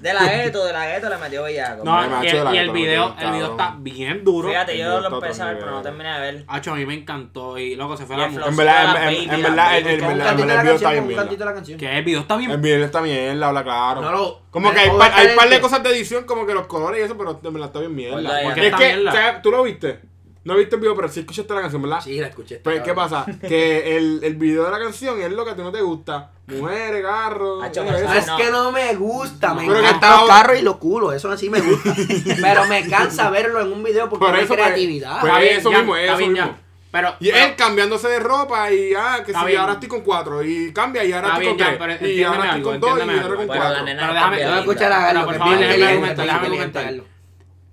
De la gueto, de la gueto le metió bellaco. Me No, macho y de la el, y el gato, video, no tiene el video cabrón. está bien duro. Fíjate, Yo yo lo está empecé a ver, también, pero no terminé de ver. Hacho, a mí me encantó y loco se fue Y la el mu- flow. En verdad, en- en- en verdad, el- el- Un en verdad, en cantito verdad, de la el video está canción, bien un mierda. cantito de la canción. Que el video está bien. El video está mierda, habla claro. No lo- como no que hay lo par, voy a hay poner par de este. cosas de edición, como que los colores y eso, pero me la está bien mierda. Hola, Porque ya. es que, Mierda. o sea, tú lo viste. No viste el video, pero sí escuchaste la canción, ¿verdad? Sí, la escuché. Pues, ¿qué cabrón. pasa? Que el, el video de la canción es lo que a ti no te gusta. Mujeres, Ah, carros. Hacho, eh, pero eso. No, es no. que no me gusta, me Pero que encantan los estaba- carros y los culos, eso así [LAUGHS] me gusta. Pero me cansa verlo en un video porque Por no hay eso, pues, creatividad. pues, Está bien, eso ya, mismo, está eso bien, mismo. ya. Pero, Y pero- él cambiándose de ropa y ah, que Está si bien. ahora estoy con cuatro y cambia y ahora Está estoy con bien, tres ya, pero y entiéndeme ahora estoy algo, con dos y entiéndeme ahora algo. con Pero la cuatro. nena Pero está déjame- bien no No linda. escuchar a Garlo, Pero, por que es favor, bien déjame inteligente, argumentar, bien déjame inteligente, argumentar. Garlo.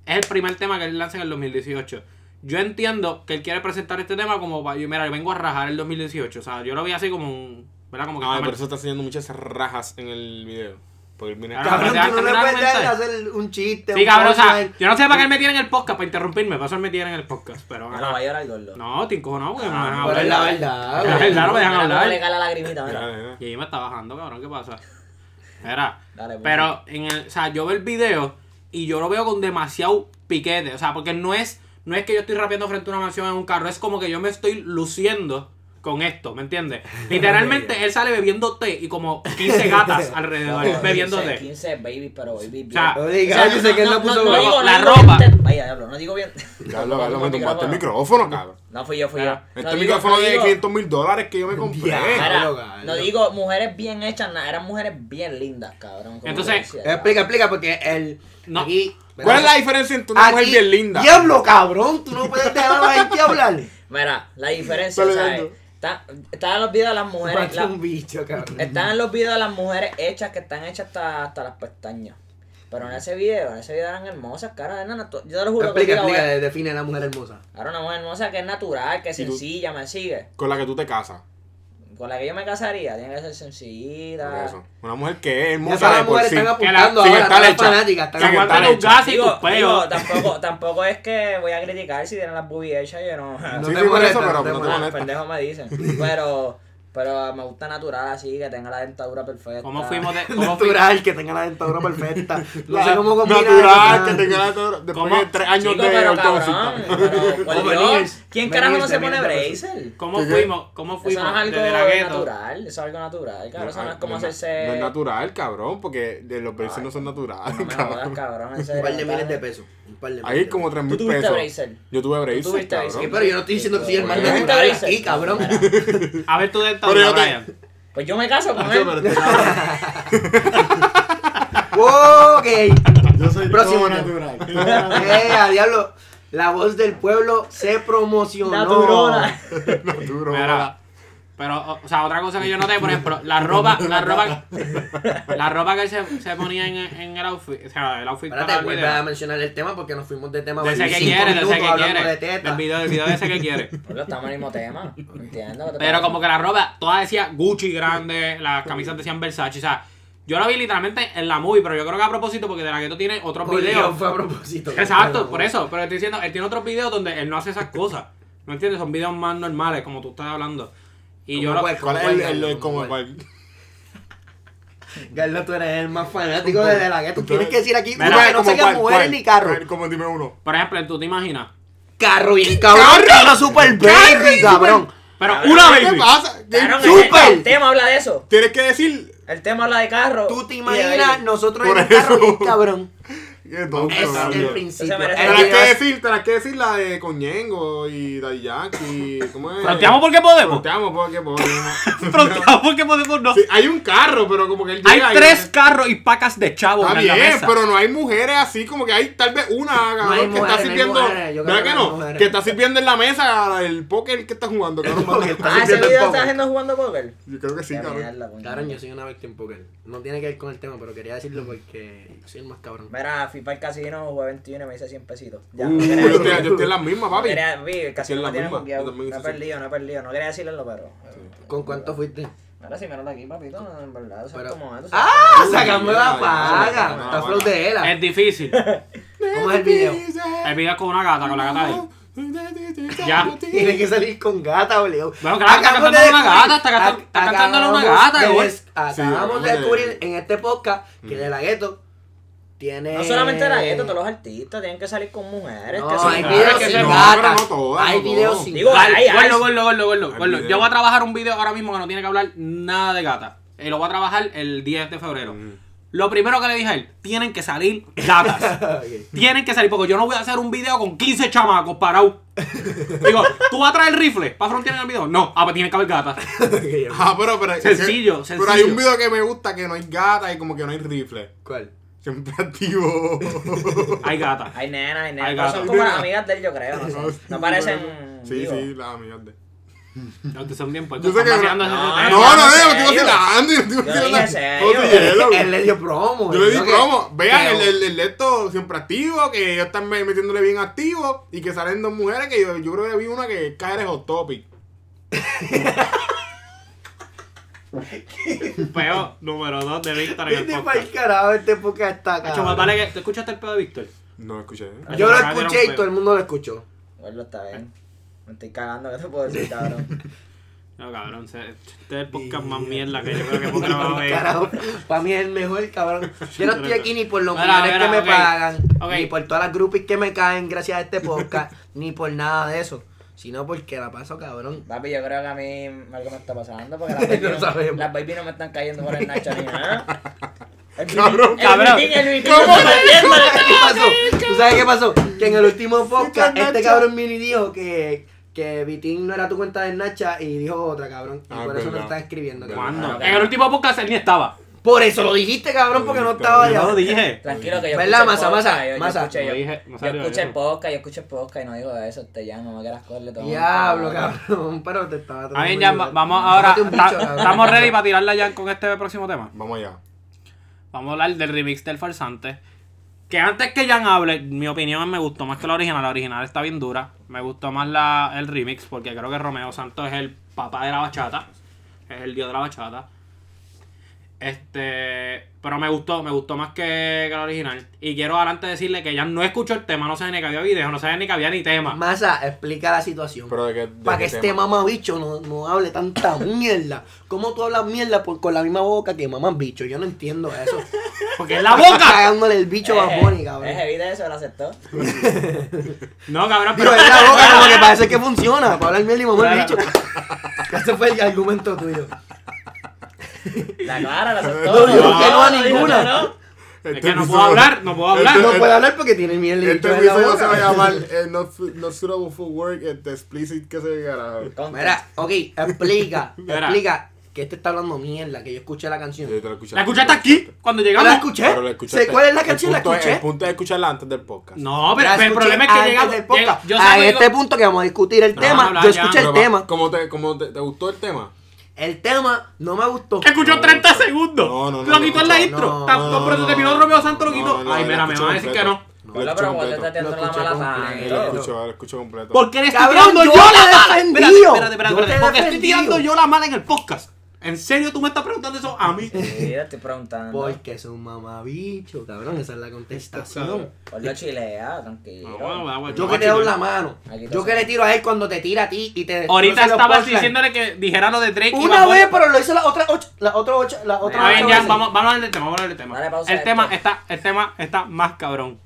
es el primer tema que él lanza en el 2018. Yo entiendo que él quiere presentar este tema como, pa- yo, mira, yo vengo a rajar el 2018. O sea, yo lo vi así como un, ¿verdad? Como que Ah, está por mal. eso está haciendo muchas rajas en el video. Porque él viene Claro, Cabrón, Ah, pero tú no déjame le puedes argumentar. dar hacer un chiste, Sí, un pues, cabrón, o sea, punchline. yo no sé para qué él me tiene en el podcast, para interrumpirme, para eso él me tiene en el podcast, pero... Ah, No, ajá. va a llorar gordo. No, te encojonado porque no me dejan Pero es hablar. la La verdad, no verdad. me dejan Mira cómo le hablar. cae la lagrimita, mira. Mira, nena. Y ahí me está bajando, cabrón, ¿qué pasa? Era. Dale, pues. Pero, en el, o sea, yo veo el video y yo lo veo con demasiado piquete. O sea, porque no es, no es que yo estoy rapeando frente a una mansión en un carro, es como que yo me estoy luciendo con esto, ¿me entiendes? Literalmente él sale bebiendo té y como 15 gatas alrededor bebiendo 15, té. 15 babies, pero baby O sea, Obligado, o sea, dice que él la puso no, brava. digo, la ropa. Vaya, diablo, no digo bien. Carlos, Carlos, me Con este tumbaste el micrófono, cabrón. No fui yo, fui yo. Ah, No Este digo- micrófono no de digo- 500 mil dólares que yo me compré. Diablo. Mira, Diablo, no digo mujeres bien hechas, nada, eran mujeres bien lindas, cabrón. como Entonces, yo decía, ya. Explica, explica, porque el. No. Aquí, ¿Cuál es la diferencia entre una mujer Aquí- bien linda? Diablo, cabrón, tú no puedes dejar a la [LAUGHS] gente hablar. Mira, la diferencia, Dale, ¿sabes? Nando. Está, está en los videos de las mujeres. Macho la- un bicho, cabrón. están en los videos de las mujeres hechas que están hechas hasta, hasta las pestañas. Pero en ese video, en ese video eran hermosas, cara de nana. tú- Yo te lo juro Explica, que yo digo, explica, "Bueno, define a la mujer hermosa. Ahora una mujer hermosa que es natural, que es Y tú- sencilla, me sigue. Con la que tú te casas. Con la que yo me casaría, tiene que ser sencillita. Por eso. Una mujer que es Ya hermosa todas de las por mujeres sí. están Que apuntando la- ahora, sin todas estar las hecha. fanáticas están Que Sin apuntando. estar aguante los hecha. gases y tus Ah, Digo, pelos. digo, tampoco, tampoco es que voy a criticar si tienen las boobies hechas, yo [LAUGHS] no. No Sí, te sí, por molesta, eso, pero pues, no te no te molesta. Ah, molesta. pendejo me dicen. Pero, pero me gusta natural así, que tenga la dentadura perfecta. ¿Cómo fuimos de, cómo fui- [LAUGHS] Natural, que tenga la dentadura perfecta. No La- sé cómo combinar. Natural, eso. que tenga la dentadura. Después ¿Cómo? de tres años Chico, de pero cabrón, [LAUGHS] ortodoncia. pero por Como Dios, Veneers. ¿quién carajo no Veneers se pone también bracer? Eso ¿Cómo ¿Qué? fuimos? ¿Cómo no es fuimos? algo Desde la gueto. natural, eso es algo natural, cabrón, eso no es como na- hacerse... ah, No es natural, cabrón, porque de los braces no son No naturales, me jodas, cabrón. cabrón, en Un serio. par de miles de cabrón. pesos. Un par de Ahí miles es de como pesos. 3 ¿Tú mil tuviste pesos. bracer? Yo tuve braces, tuviste braces? Sí, cabrón. pero yo no estoy diciendo que soy el más ¿Tú tuviste natural bracer? aquí, cabrón. A ver tu Pero dentadura, yo te- Brian. Pues yo me caso con Yo, pero él. te- [LAUGHS] Ok. Yo soy Próximo todo tema. natural. [LAUGHS] Eh, a diablo. La voz del pueblo se promocionó. Naturona. Duro, Mira, pero, o- o sea, otra cosa que yo noté, por ejemplo, la ropa, la ropa, la ropa que él se, se ponía en, en el outfit, o sea, el outfit para Espérate, el vuelve video. a mencionar el tema porque nos fuimos de tema. Ah, De ese que 25 quiere, de ese minutos que hablando quiere. de teta. Del video, del video de ese que quiere. Pues lo estamos en el mismo tema, entiendo. Pero como que la ropa, todas decía Gucci grande, las camisas decían Versace, o sea, yo la vi literalmente en la movie, pero yo creo que a propósito, porque De La Ghetto tiene otros Por Dios, videos. fue a [LAUGHS] propósito. Exacto, por eso, pero estoy diciendo, él tiene otros videos donde él no hace esas cosas. ¿No entiendes? Son videos más normales, como tú estás hablando. Y yo lo... ¿Cómo ¿Cuál es el, el- Garlo? como ¿Cómo cuál? Garlo, tú eres el más fanático de De la gueto. Tienes que decir aquí Mira, uno que no como siga cuál- mujeres cuál- ni carro. cuál, Como dime uno. Por ejemplo, tú te imaginas. Carro bien cabrón. Carro super baby, cabrón. Pero Cabrón, una baby. ¿Qué te pasa? ¿Qué- Cabrón, tú- el- ¡Súper! El tema habla de eso. Tienes que decir. El tema habla de carro. Tú te y Ah, de imaginas baile. nosotros en Por un carro eso. bien cabrón. Eh, no, Es cabrón. el Eso principio. se merece- El Tienes que video- decir, tienes que decir la de Coñengo y Daddy Yankee. ¿Cómo es? Fronteamos porque podemos. Fronteamos porque podemos. [LAUGHS] Fronteamos porque podemos no. Sí, hay un carro, pero como que él Hay llega y- tres carros y pacas de chavos Está en la bien, mesa. pero no hay mujeres así, como que hay tal vez una, cabrón, hay que mujeres, no está hay sirviendo. mujeres, yo creo ¿Verdad que que no hay no? mujeres. Que está sirviendo en la mesa el póker que está jugando, cabrón. [LAUGHS] póker está Ah, ese sirviendo video poco. está haciendo jugando póker. Yo creo que sí, Qué cabrón. mierda, coño. Cabrón, yo soy una víctima poker. No tiene que ver con el tema, pero quería decirlo porque soy el más cabrón. Mira, fui para el casino, jugué 21 y me hice 100 pesitos. Ya, Uh, no quería- yo, estoy, yo estoy en las mismas, no papi. quería- vi, el casino es la me tiene misma, bugueado. yo también No he hice así. perdido, no he perdido. No quería decirlo, pero... ¿Con cuánto fuiste? Ahora sí, míralo aquí, papito. no, En verdad, eso Pero- es como... eso ¡Ah! Eh, Uy, Sacamos ya, la ya, paga. ya, Está ya. flow de Es [LAUGHS] ela. difícil. ¿Cómo es el video? El video es con una gata, con Ah, la gata de él. Ya. Tiene que salir con gata, boludo. Bueno, claro, está Acabamos cantando de una descubrir- gata, está canta- está ac- cantándole una acabamos gata, de güey. des- Sí, Acabamos de acabamos de- descubrir en este podcast que Mm. de la gueto tiene. No solamente la gueto, todos los artistas tienen que salir con mujeres. que Eh. No, son hay claro, videos que sin se- no, gata. pero no todas, Hay no videos todas. sin Digo, gata. Ay, ay, Gordo, sí. gordo, gordo, gordo, Al gordo. video. Yo voy a Eh, Mm. trabajar un video ahora mismo que no tiene que hablar nada de gata. Y lo voy a trabajar el 10 de febrero. Lo primero que le dije a él, tienen que salir [LAUGHS] [LAUGHS] gatas. Tienen que salir, porque yo no voy a hacer un video con 15 chamacos parados. Digo, ¿tú vas a traer rifle para frontear en el video? No, ah, pues tiene que haber gatas. Ah, pero, pero Sencillo, que- Pero hay sencillo. un video que me gusta que no hay gata y como que no hay rifle. ¿Cuál? Siempre activo. Hay gatas. Hay nenas, hay Hay nenas. pero gatas. Son como las Nena. amigas de él, yo creo. No, sé. [LAUGHS] no parecen. Sí, vivos. sí, las amigas de. No, ustedes son bien puercos. Yo sé que. están No, no, vaciando ese Ay, tema. no, no, yo serio. estoy vacilando. Yo estoy Yo lo dije vacilando. serio. No, sí, [LAUGHS] hello. Él le dio promo. Yo le di digo que- promo. Vean, que- el, el, el esto siempre activo, que ellos están me- metiéndole bien activo y que salen dos mujeres que yo, yo creo que vi una que cae de hot topic. Peo número 2 de Víctor en Vete el pa'l podcast. carajo, este podcast está acá. Hacho, más vale que- ¿Tú escuchaste el peo de Víctor? No escuché. ¿eh? Yo lo Acá escuché dieron y todo el mundo lo escuchó. Bueno, está bien. Me estoy cagando, ¿qué te puedo decir, cabrón? No, cabrón, se- este es el podcast más mierda que yo creo que hemos grabado. eh. güey. Carajo, [LAUGHS] para mí es el mejor, cabrón. Yo no estoy aquí ni por los Mira, millones mira, que me ok. pagan, Ok. ni por todas las groupies que me caen gracias a este podcast, [LAUGHS] ni por nada de eso, sino porque la paso, cabrón. [LAUGHS] Papi, yo creo que a mí algo me está pasando porque las No baby, no, sabemos. las baby no me están cayendo por el nacho ni nada. El Cabrón, biquín- cabrón. El biquín, el biquín no está cayendo. ¿Qué pasó? ¿Tú sabes qué pasó? Que en el último podcast este cabrón mini dijo que, que Vitín no era tu cuenta de Nacha y dijo otra, cabrón. Y Ah, por eso no verdad. están escribiendo, cabrón. ¿Cuándo? Ok. En el último podcast él ni estaba. Por eso lo dijiste, cabrón, porque no estaba Yo allá. no lo dije. Tranquilo que yo ¿Verdad, escuché masa, el podcast, masa, yo- yo masa? escuché, Lo yo- dije, no salió Yo escuché el eso. podcast, yo escuché el podcast y no digo eso, te ya no me quieras cogerle todo. Diablo, cabrón, [LAUGHS] pero te estaba A ver, muy ya, bien. va- vamos ahora. Tómate un bicho, ta- cabrón. Estamos ready para tirarla ya con este próximo tema. Vamos allá. Vamos a hablar del remix del farsante. Que antes que Jan hable, mi opinión me gustó más que la original. La original está bien dura. Me gustó más la, el remix porque creo que Romeo Santos es el papá de la bachata. Es el dios de la bachata. Este. Pero me gustó, me gustó más que, que la original. Y quiero adelante decirle que Jan no escuchó el tema, no sabía ni que había video, no sabía ni que había ni tema. Masa, explica la situación. Pero de qué. de Para que qué este tema? mamabicho no, no hable tanta [LAUGHS] mierda. ¿Cómo tú hablas mierda por, con la misma boca que mamás bicho? Yo no entiendo eso. Porque es [LAUGHS] la boca. [LAUGHS] Eh, Cagándole el bicho a Bad Bunny, Es cabrón. evidente eso, lo aceptó. No, cabrón, Digo, pero. es [LAUGHS] la boca como que parece que funciona. Para hablar mierda y mamar el bicho. [LAUGHS] Ese fue el argumento tuyo. La clara, la aceptó. No, que yo no a dijo ninguna. no. Es Este que no episodio- puedo hablar, no puedo hablar. No puede hablar porque tiene mierda y Este bicho en la episodio se va a boca. [LAUGHS] llamar eh, not, su- not Suitable for Work, este explicit que se carajo. Contra. Mira, ok, explica, Mira. explica que este está hablando mierda, que yo escuché la Sí, canción. Eh, te lo escuchaste. La escuchaste aquí cuando Yo la llegamos. escuché. Pero lo escuchaste. Sé cuál es la canción, el la punto es- escuché. el punto es escucharla antes del podcast. No, pero, pero La el escuché problema es que antes llegamos. del podcast. llega- yo a salgo y digo- este punto que vamos a discutir el No, tema, no, no, yo ya. escuché el Pero va- tema. ¿Cómo te, cómo te, te gustó el tema? El tema no me gustó. Escuchó 30 segundos. No, no, no, Lo no, quitó en no, la no, intro. no, Tan- no, Ah, pero no, terminó no, Romeo Santos lo no, quitó. no, Ay, no, mira, lo me escuché van a decir que completo. no. Lo Hola, escuché pero cuando completo. está tirando Lo la escuché mala completo. Yo Lo sangre. escucho, lo escucho completo. Porque le estoy Cabrón, tirando yo yo, te la mala. he Espérate, defendido. espérate, espérate, Yo te he espérate. Porque estoy defendido. tirando yo la mala en el podcast. ¿En serio tú me estás preguntando eso a Eh, [LAUGHS] mí? Sí, te estoy preguntando. Por, Porque es un mamabicho, cabrón, esa es la contestación. lo chilea, tranquilo. No, Ah, bueno, bueno, bueno, Yo no, que te chico. doy la mano, Aquí está. yo que le tiro a él cuando te tira a ti y te... Ahorita cruza los estabas punchlines. diciéndole que dijera lo de Drake. y Una Bad Bunny. vez, pero lo hizo la otra ocho, la otra ocho, la otra A ver, ocho ya, veces. vamos, vamos a hablar del tema, vamos a hablar del tema. Dale pausa el a tema esto. está, el tema está más cabrón.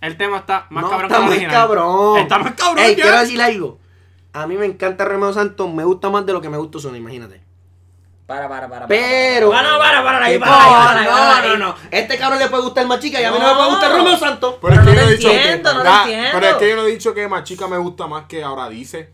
El tema está más no, cabrón está que el más original. cabrón. Está más cabrón Ey, ya. quiero decir algo. A mí me encanta Romeo Santos, me gusta más de lo que me gusta Zuna, imagínate. Para, para, para. para, Pero- Para, para, para, para, ahí, Que para, ahí, no, para, ahí, para, ahí. no, no, no. Este cabrón le puede gustar más chica y a mí no, No. me puede gustar Romeo Santos. Pero, Pero es que no yo lo he dicho, entiendo, no lo Ah, entiendo. Pero es que yo no he dicho que Machica me gusta más que ahora dice.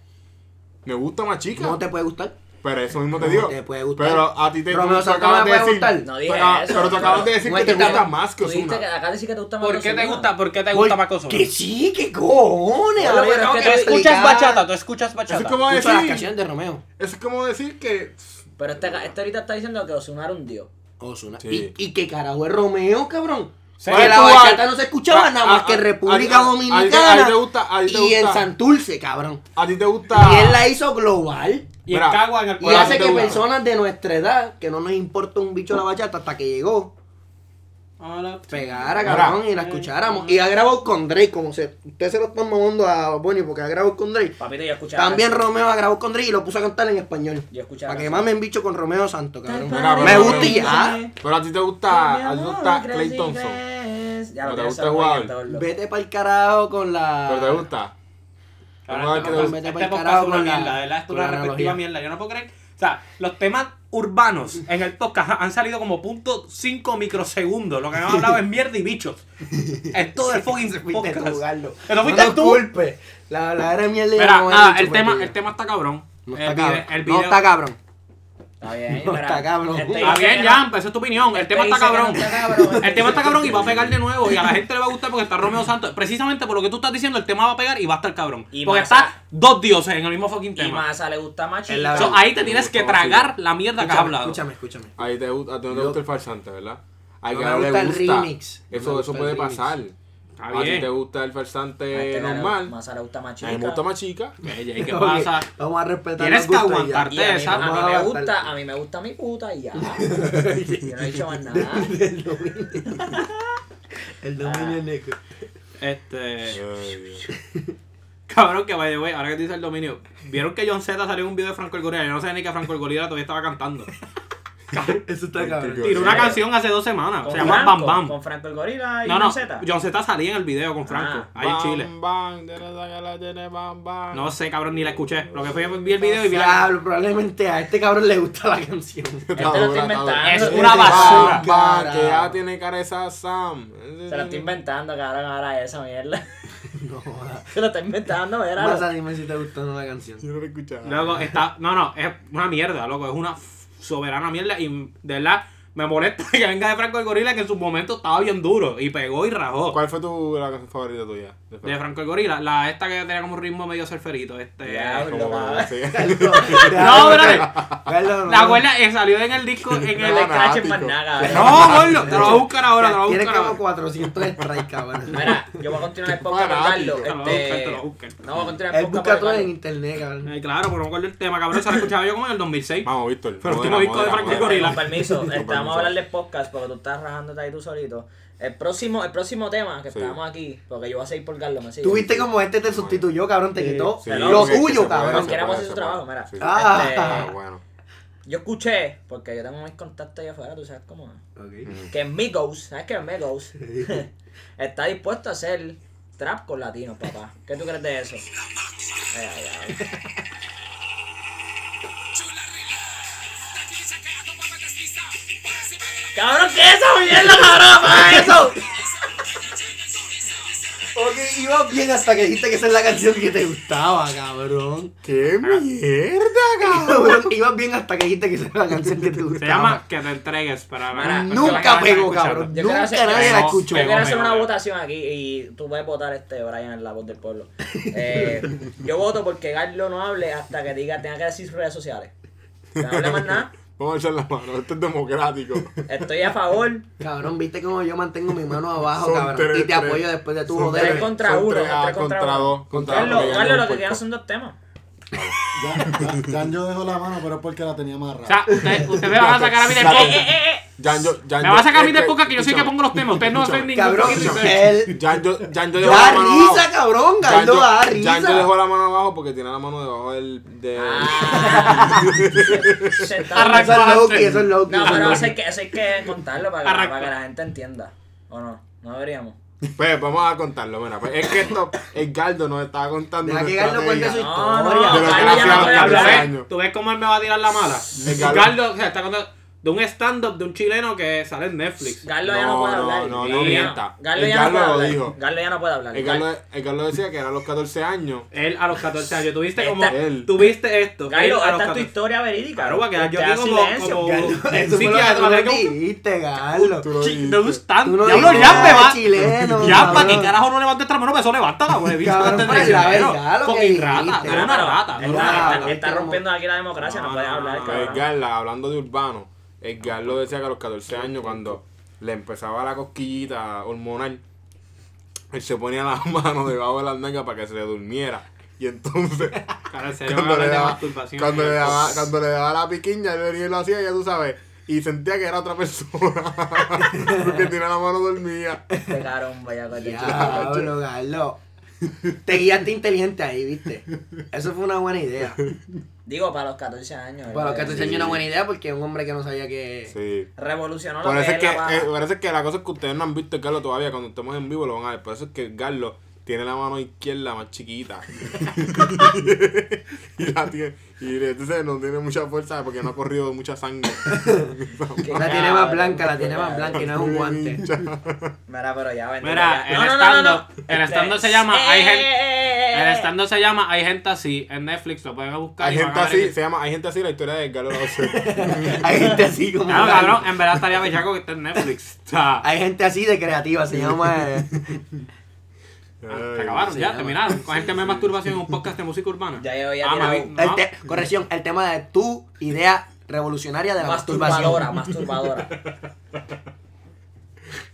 Me gusta Machica. No te puede gustar. Pero eso mismo te no digo. te puede gustar. Pero a ti te Romeo tú Santos acabas me de puede decir- gustar. este No tú dije acabas- eso. Pero tú acabas de decir No que es te que te- gusta más que Tú dijiste que Osuna. acá sí que te gusta más ¿Por qué te Ozuna. gusta? ¿Por qué te gusta más cosas? Que sí, que cojones. Bueno, Ahora pero tengo es que que tú escuchas explicar. bachata, tú escuchas bachata. Eso es como Escucho las decir. canciones de Romeo. Eso es como decir que. Pero este, este ahorita está diciendo que Osuna era un dios. Ozuna. Sí. Y, y que carajo es Romeo, cabrón. Pero Porque la tú, ah, bachata a- no se escuchaba a- nada más a- que en a- República a- a- a- Dominicana. a ti ah, te gusta- a ti te y en gusta. Santurce, cabrón. A ti te gusta. Y él la hizo global. Y el Mira, cagua en el Y Bueno, pueblo. a hace ti te que gusta. personas de nuestra edad, que no nos importa un bicho la bachata hasta que llegó, Ahora, pegara, cabrón, y la escucháramos. Y ha grabado con Drake, como se, ustedes se lo están mamando a Bonnie porque ha grabado con Drake. Papito, yo escuchaba. También Romeo ha grabado con Drake y lo puso a cantar en español. Yo escuchaba. Para que eso. mamen bicho con Romeo Santo, cabrón. Mira, Me pero- gusta y ya. Pero a ti te gusta. A ti te gusta Clay Thompson. Ya ¿No lo te tienes gusta al el jugador? guayantador. Vete pa'l carajo con la. Pero te gusta. Ahora, Vamos a ver qué te este gusta. este Vete pa'l podcast carajo es una con la- mierda, ¿verdad? Es con una la respectiva analogía. mierda. Yo no puedo creer. O sea, los temas urbanos en el podcast han salido como punto .5 microsegundos. Lo que han hablado es mierda y bichos. Es todo [LAUGHS] el fucking [LAUGHS] Fuiste tú, podcast. Garlo. Pero fuiste no tú. culpe. La verdadera mierda ya Mira, no es nada, mucho el tema, perdida. el tema está cabrón. No El está video- cabrón. el No video- está cabrón. Está bien, No mira, está cabrón. este Está dice bien, que Jan, no. pero esa es tu opinión. El tema Este está dice que cabrón. no está cabrón. El tema está cabrón y va a pegar de nuevo. Y a la gente le va a gustar porque está Romeo Santos. Precisamente por lo que tú estás diciendo, el tema va a pegar y va a estar cabrón. Y Porque Massa. está dos dioses en el mismo fucking Y tema. Massa le gusta más Es la chica. So, ahí te tienes que tragar la mierda que has Escúchame, hablado. escúchame, escúchame. Ahí te, gu- a ti no te Yo- gusta el farsante, ¿verdad? Hay No que me a él le gusta el gusta. remix. No Eso, me eso gusta el puede remix. pasar. Está A ti bien. te gusta el farsante Este le- Eh, normal. Massa le gusta más A chica. mí me gusta más chica. Ella, ¿y qué Ok, pasa? Vamos a respetar Tienes que los gustos y ya. aguantarte. Y a mí, Esa- a mí Vamos a me gastar- gusta, a mí me gusta mi [LAUGHS] puta y ya. Yo no he dicho más nada. [LAUGHS] El dominio. El dominio Ah. es negro. Este. Cabrón, que by the way, ahora que te dice el dominio. Vieron que John Z salió en un video de Franco El Gorila. Yo no sabía ni que Franco El Gorila todavía estaba cantando. Eso está cabrón. Tiró una serio? canción hace dos semanas. Con Se llama Franco, Bam Bam. Con Franco el Gorila y No, no. Zeta. John Z salía en el video con Franco. Ah. Ahí en Chile. Bam, bam, de la saca la tiene, bam, bam. No sé, cabrón, ni la escuché. Lo que fue, vi el video y vi la. Diablo, probablemente a este cabrón le gusta la canción. Este lo estoy Está dura, está inventando. Es dura. una basura. Bam, bam, Ah, que Carajo. ya tiene cara esa Sam. Se lo estoy inventando, cabrón, ahora esa mierda. No, [LAUGHS] Se lo está inventando, Más era. dime si te gustó o no la canción. Yo no lo he escuchado. Luego está. No, no, es una mierda, loco. Es una f- soberana mierda. Y de verdad, me molesta [LAUGHS] que venga de Franco el Gorila, que en su momento estaba bien duro. Y pegó y rajó. ¿Cuál fue tu la canción favorita tuya? De Franco el Gorila. La esta que tenía como un ritmo medio surferito. Este. Ya, Como- Diablo, sí. [LAUGHS] [LAUGHS] [LAUGHS] No, No, espérate. Perdón. La abuela eh, salió en el disco. En No el. le cachen más fanático. nada, No, cabrón. gordo. Te lo voy a buscar ahora, te lo voy a Tienes buscar como ahora. 400 strikes, cabrón. Mira, yo voy a continuar el podcast, fanático. Carlos. Te lo voy a buscar, te lo Este. voy a buscar. No, voy a continuar el Él busca podcast. todo para en Carlos. internet, cabrón. Eh, claro, pero no me acuerdo el tema, cabrón. Se lo escuchaba yo como en el 2006. Vamos, Víctor. Pero el último modera, disco de modera, Frankie modera. Gorila. Con permiso, este, vamos permiso. a hablar de podcast porque tú estás rajándote ahí tú solito. El próximo, el próximo tema que Sí. estábamos aquí, porque yo voy a seguir por Carlos, me sigue. Tuviste como este te sustituyó, cabrón. Te quitó Sí, lo porque es que se tuyo, puede, cabrón. se Cualquiera puede, hace su se puede. trabajo, mira. Sí. Ah. [LAUGHS] Este, Ah, bueno. Yo escuché, porque yo tengo mis contactos allá afuera, tú sabes cómo [LAUGHS] es. Ok. que Migos, ¿sabes qué es Migos? [LAUGHS] está dispuesto a hacer trap con latinos, papá. ¿Qué tú crees de eso? Ay, ay, ay. Cabrón, ¿qué es eso? ¡Mierda, cabrón! ¡Para eso! Ok, iba bien hasta que dijiste que esa es la canción que te gustaba, [LAUGHS] cabrón. ¡Qué mierda, cabrón! Cabrón, ibas bien hasta que dijiste que esa es la canción que te gustaba. Se llama Que te entregues para Mara, Nunca pegó, cabrón. Yo quiero Nunca hacer- nadie la Pegó, escuchó. Yo pegó. quiero hacer Homero, una Homero. votación aquí y tú puedes votar este Brian en la voz del pueblo. Eh, yo voto porque Carlos no hable hasta que diga, tenga que decir sus redes sociales. No hable más nada. Vamos a echar la mano, esto es democrático. Estoy a favor. Cabrón, viste cómo yo mantengo [LAUGHS] mi mano abajo, Son cabrón. tres, y te tres. apoyo después de tu Son joder. tres contra Son uno, tres, contra ah, contra uno. dos, contra dos, Carlos, porque ya Carlos, lo no que importa. quedan son dos temas. Ya, ya yo dejo la mano, pero es porque la tenía O más rara. sea, ustedes usted me van a sacar a mí del Exacto. podcast. ¡Eh, eh! Jan, yo, Jan, Me yo- van a sacar a mí este, del podcast que yo soy el que escúchame. pongo los temas. Ustedes no hacen ningún Cabrón, fucking [LAUGHS] research. él [LAUGHS] Jan, yo, Jan, yo dejo da la mano abajo. risa, cabrón. Jan, Gardo da yo, Jan, yo dejo risa. la mano abajo porque tiene la mano debajo del. De... Ah, [LAUGHS] se- se está- Arranca. Eso es Loki, eso es Loki. No, eso es pero Loki. eso hay que, eso hay que contarlo para que, Arranca. para que la gente entienda. ¿O no? No deberíamos. Pues vamos a contarlo, mira. pues, es que esto, el Gardo nos estaba contando. Deja que una Gardo cuente su estrategia. No, no, historia. De lo que Carlos ya hacía no puede Carlos Carlos, hablar. años. ¿ves? ¿Tú ves cómo él me va a tirar la mala? El Gardo- Carlos, o sea, está contando de un stand-up de un chileno que sale en Netflix. Carlos ya no No, puede no, hablar. no, no Carlos ya mienta. Carlos El ya no Carlos puede lo hablar. dijo. Carlos ya no puede hablar. El Gardo, el Gardo decía que era a los 14 años. Él a los 14 años. Tuviste como. Esta- Él. Tuviste esto. él Carlos, a los esta es tu 14. historia verídica. Claro, va a quedar yo Te aquí da como- silencio. como- Gardo, Eso fue Sí, que- lo que que- tú no dijiste, Gardo. Tú lo Chi- dijiste. De un stand. Tú no Diablo, dijiste ya me nada va. de chileno, Ya, ¿para cabrón. qué carajo no levantes otra mano? Pues eso levanta la huevita. Cabrón, antes de pues, la dinero. verdad, lo que Fucking rata. dijiste. Tú eres una Claro, rata. tú Está, eres una No, rata. está- no, está no. rompiendo aquí la democracia, no, No, puedes no, hablar, no, Pues, cabrón. Edgar, la- hablando de urbano, Edgar lo decía que a los 14 años, cuando le empezaba la cosquillita hormonal, él se ponía la [LAUGHS] mano debajo de las nalgas para que se le durmiera. [LAUGHS] Y entonces, Cara, en serio, cuando me le, hablas de daba, masturbación. cuando, le [LAUGHS] daba, cuando le daba la piquiña, él venía y lo hacía, ya tú sabes. Y sentía que era otra persona. [LAUGHS] porque tenía la [LAUGHS] mano dormida. Este cabrón, vaya con el Diablo, Gardo. Te guiaste inteligente ahí, viste. Eso fue una buena idea. Digo, para los 14 años. Para los eh, 14 años una buena idea porque un hombre que no sabía que... Sí. Revolucionó lo Por eso que es es la que, paja. eh, por eso es que la cosa es que ustedes no han visto el Garlo todavía. Cuando estemos en vivo lo van a ver. Por eso es que el Garlo tiene la mano izquierda [LAUGHS] más chiquita. y, la tiene- y entonces no tiene mucha fuerza porque no ha corrido [LAUGHS] mucha sangre. La tiene más blanca, la tiene más blanca y no es un guante. Mira, pero ya, bendito, Mira, ya. el No, no, no, stand-up no, no. el Este, stand-up se llama Hay gente. eh, El stand se llama Hay gente así en Netflix, lo pueden buscar. Hay y van a gente ver así, que- se llama Hay gente así, la historia de Galo Lauser. [LAUGHS] [LAUGHS] Hay gente así como. Claro, Ah, cabrón, en verdad [LAUGHS] estaría bellaco que esté en Netflix. O sea, Hay gente así de creativa, [LAUGHS] se llama. eh, ah, se acabaron, se ya, llama. terminaron. Con el tema de masturbación en un podcast de música urbana. Ya yo ya Ah, tirado. Mavi- el no. te- corrección, el tema de tu idea revolucionaria de la Masturbadora, masturbación. masturbadora.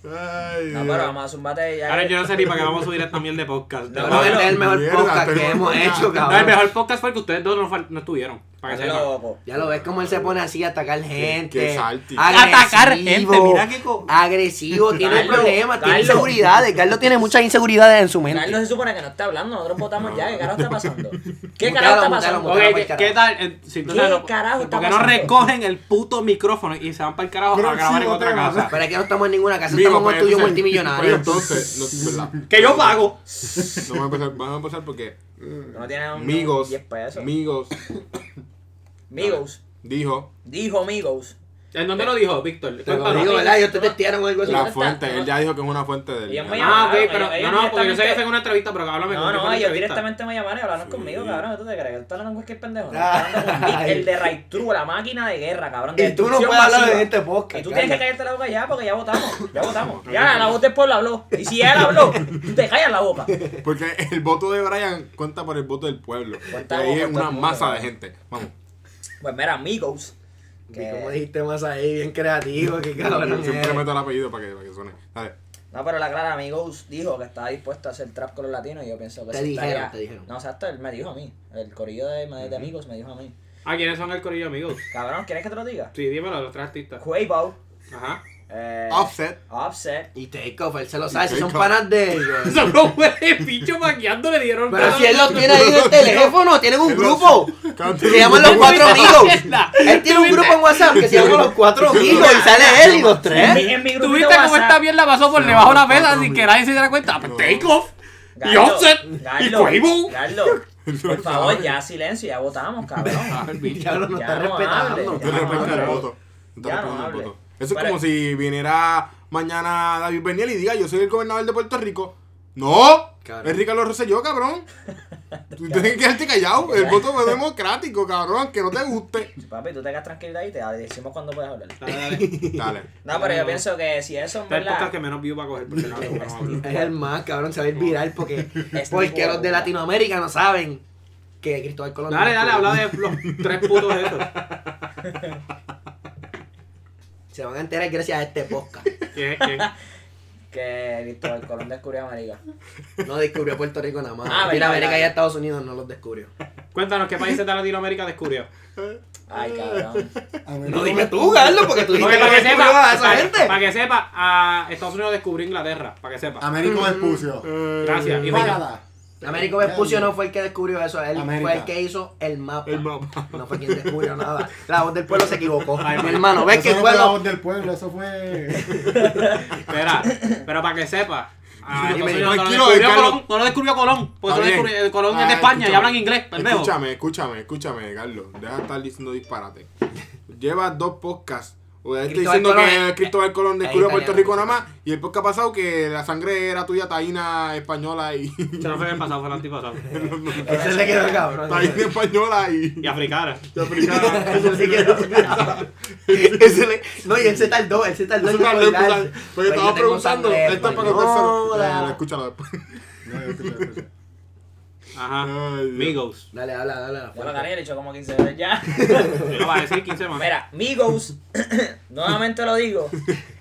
Ay, No, pero vamos a zumbarte ya. Ahora yo no sé ni para qué vamos a subir esta miel de podcast. No, Cabrón, este es el mejor Mierda, podcast que pero- [LAUGHS] hemos hecho, No, el cabrón. mejor podcast fue el que ustedes dos no, fal- no estuvieron. Para que Hazlo, sepan. po. Ya lo ves como él se pone así a atacar gente. qué salty. Agresivo, Atacar gente, Ah, mira qué co- Agresivo, tiene Carlos, un problema, tiene Carlos. inseguridades. Carlos tiene muchas inseguridades en su mente. Carlos se supone que no está hablando, nosotros votamos ya. ¿Qué carajo está [LAUGHS] pasando? ¿Qué Mutalo, carajo está mutalo, pasando? Ok, Vamos ¿qué, para el qué tal? Eh, Si tú sabes, ¿Qué no- carajo está ¿Por qué no pasando? recogen el puto micrófono y se van para el carajo a grabar en Próximo otra tema. casa? Pero aquí no estamos en ninguna casa, Mijo, estamos en pues un estudio entonces- multimillonario. pues entonces, no, ¿verdad? ¡Que yo pago! No vamos a empezar, vamos a empezar porque mm, No tiene un Migos, 10 pesos. Migos Migos. dijo Dijo Migos. ¿En dónde lo dijo, Víctor? Te lo Cuéntanos. digo, ¿verdad? Ellos te testearon o algo así. la Pues, está- fuente, él no. ya dijo que es una fuente de Ellos me Ah, ok, Ellos- pero ellos no, no, porque yo sé que directamente- fue en una entrevista, pero háblame con No, quién fue no, la ellos entrevista. directamente me llamaron y hablaron Sí. conmigo, cabrón. ¿Tú te crees que están hablando con cualquier pendejo? No, Ah. están hablando con Vic, [LAUGHS] el de Raitru, la máquina de guerra, cabrón. de Y tú no destrucción puedes hablar masiva. de este podcast. Y tú tienes que Carlos. callarte la boca ya, porque ya votamos. [LAUGHS] Ya votamos. Ya, la voz del pueblo habló. Y si él habló, tú te callas la [LAUGHS] boca. Porque el voto de Brian cuenta por el voto del pueblo. Y Cuenta ahí por es todo el una mundo, masa de ¿verdad? gente. Vamos. Pues mira, amigos. Y como Que... dijiste más ahí, bien creativo, que cabrón. Yo siempre eres. meto el apellido para que, para que suene. Dale. No, pero la clara amigos dijo que estaba dispuesto a hacer trap con los latinos y yo pienso que Te sí dijeron, estaría- te dijeron. No, exacto, él me dijo a mí. El corillo de, de amigos me dijo a mí. Ah, ¿quiénes son el corillo, amigos? Cabrón, ¿quieres que te lo diga? Sí, dímelo, los tres artistas. Quavo, Ajá. [LAUGHS] eh, Offset. Offset, Y Takeoff, él se lo sabe, si son Takeoff. panas [LAUGHS] de ellos. Son los güeyes, picho maquillando, le dieron. Pero si él los tiene ahí en el teléfono, tienen un Él lo- grupo. Cabrón, Se llaman los cuatro amigos. Mierda. Él tiene un grupo en WhatsApp que se llama los cuatro amigos y sale él y los en mi, tres. en mi grupito ¿Tuviste cómo WhatsApp. esta mierda pasó por debajo de la mesa cuatro sin que amigos. nadie se diera cuenta? Pues No. Take [LAUGHS] off. Y Garlo, Offset. Y Garlo, Quavo. Garlo, por favor, [LAUGHS] ya silencio, ya votamos, [LAUGHS] cabrón. Ya Pues, [LAUGHS] Ya no está no respetando. hable. No te respetas el hable. voto. No te Ya no respetas el hable. voto. Eso es Pero- como si viniera mañana David Bernier y diga, yo soy el gobernador de Puerto Rico. ¡No! Cabrón. Es Ricardo Rosselló, [LAUGHS] cabrón. Tú tienes que quedarte callado. El voto fue democrático, cabrón, que no te guste. Papi, tú te quedas tranquilo ahí y te decimos cuando puedes hablar. Dale, dale. Dale. No, pero yo pienso que si eso es Este es el podcast verdad. que menos view va a coger. por si acaso, pero vamos a [LAUGHS] ver. Es el más, cabrón, se va a ir viral [LAUGHS] porque, Es porque tipo- los de Latinoamérica no saben que Cristóbal Colón. Dale, dale, estuvo. habla de los tres putos esos. [LAUGHS] Se van a enterar gracias a este podcast. ¿Quién es quién? Que Cristóbal Colón descubrió América. No descubrió Puerto Rico nada más. Ah, Mira, verdad, América verdad. y Estados Unidos no los descubrió. Cuéntanos qué países de Latinoamérica descubrió. Ay, cabrón. No dime tú, Carlos, porque tú dijiste Porque para que que descubrió sepa, a esa para- gente. para que sepa, a Estados Unidos descubrió Inglaterra, para que sepa. Américo Vespucio. Gracias. Y mira, Págala. Américo Vespucio no fue el que descubrió eso, él América. fue el que hizo el mapa. El mapa. No fue quien descubrió nada. La voz del pueblo se equivocó. Ay, mi hermano, Eso ves que el no fue la pueblo. voz del pueblo, eso fue. [LAUGHS] espera, pero para que sepa, a Estados Dime, Unidos no lo tranquilo, descubrió Carlos. Colón, no lo descubrió Colón, porque Está no lo bien. descubrió- el eh, Colón es Ah, de España y escúchame. hablan inglés, pendejo. Escúchame, escúchame, escúchame, Carlos. Deja de estar diciendo disparate. Llevas dos podcasts. O ya estoy Cristóbal diciendo Colón que es- Cristóbal Colón es descubrió Puerto italiano. Rico nada más. Y el podcast pasado que la sangre era tuya, taína española y. Se no fue en el pasado, fue el antipasado. Ese se quedó cabrón. taína española y. [LAUGHS] Y africana. y [LAUGHS] africana. Ese se quedó cabrón. Ese le- No, y él se tardó, él se tardó Eso [LAUGHS] es en Pues para colgarse. empezar. Porque estaba preguntando. Esto es para contestar. Eh, contestar. Escúchalo después. No, yo escuché, yo escuché. Ajá. Ay, Dios. Migos. Dale, habla, habla. Ya lo gané, le echó como 15 veces [LAUGHS] ya. Yo va a decir 15 más. Mira, Migos, [COUGHS] nuevamente lo digo,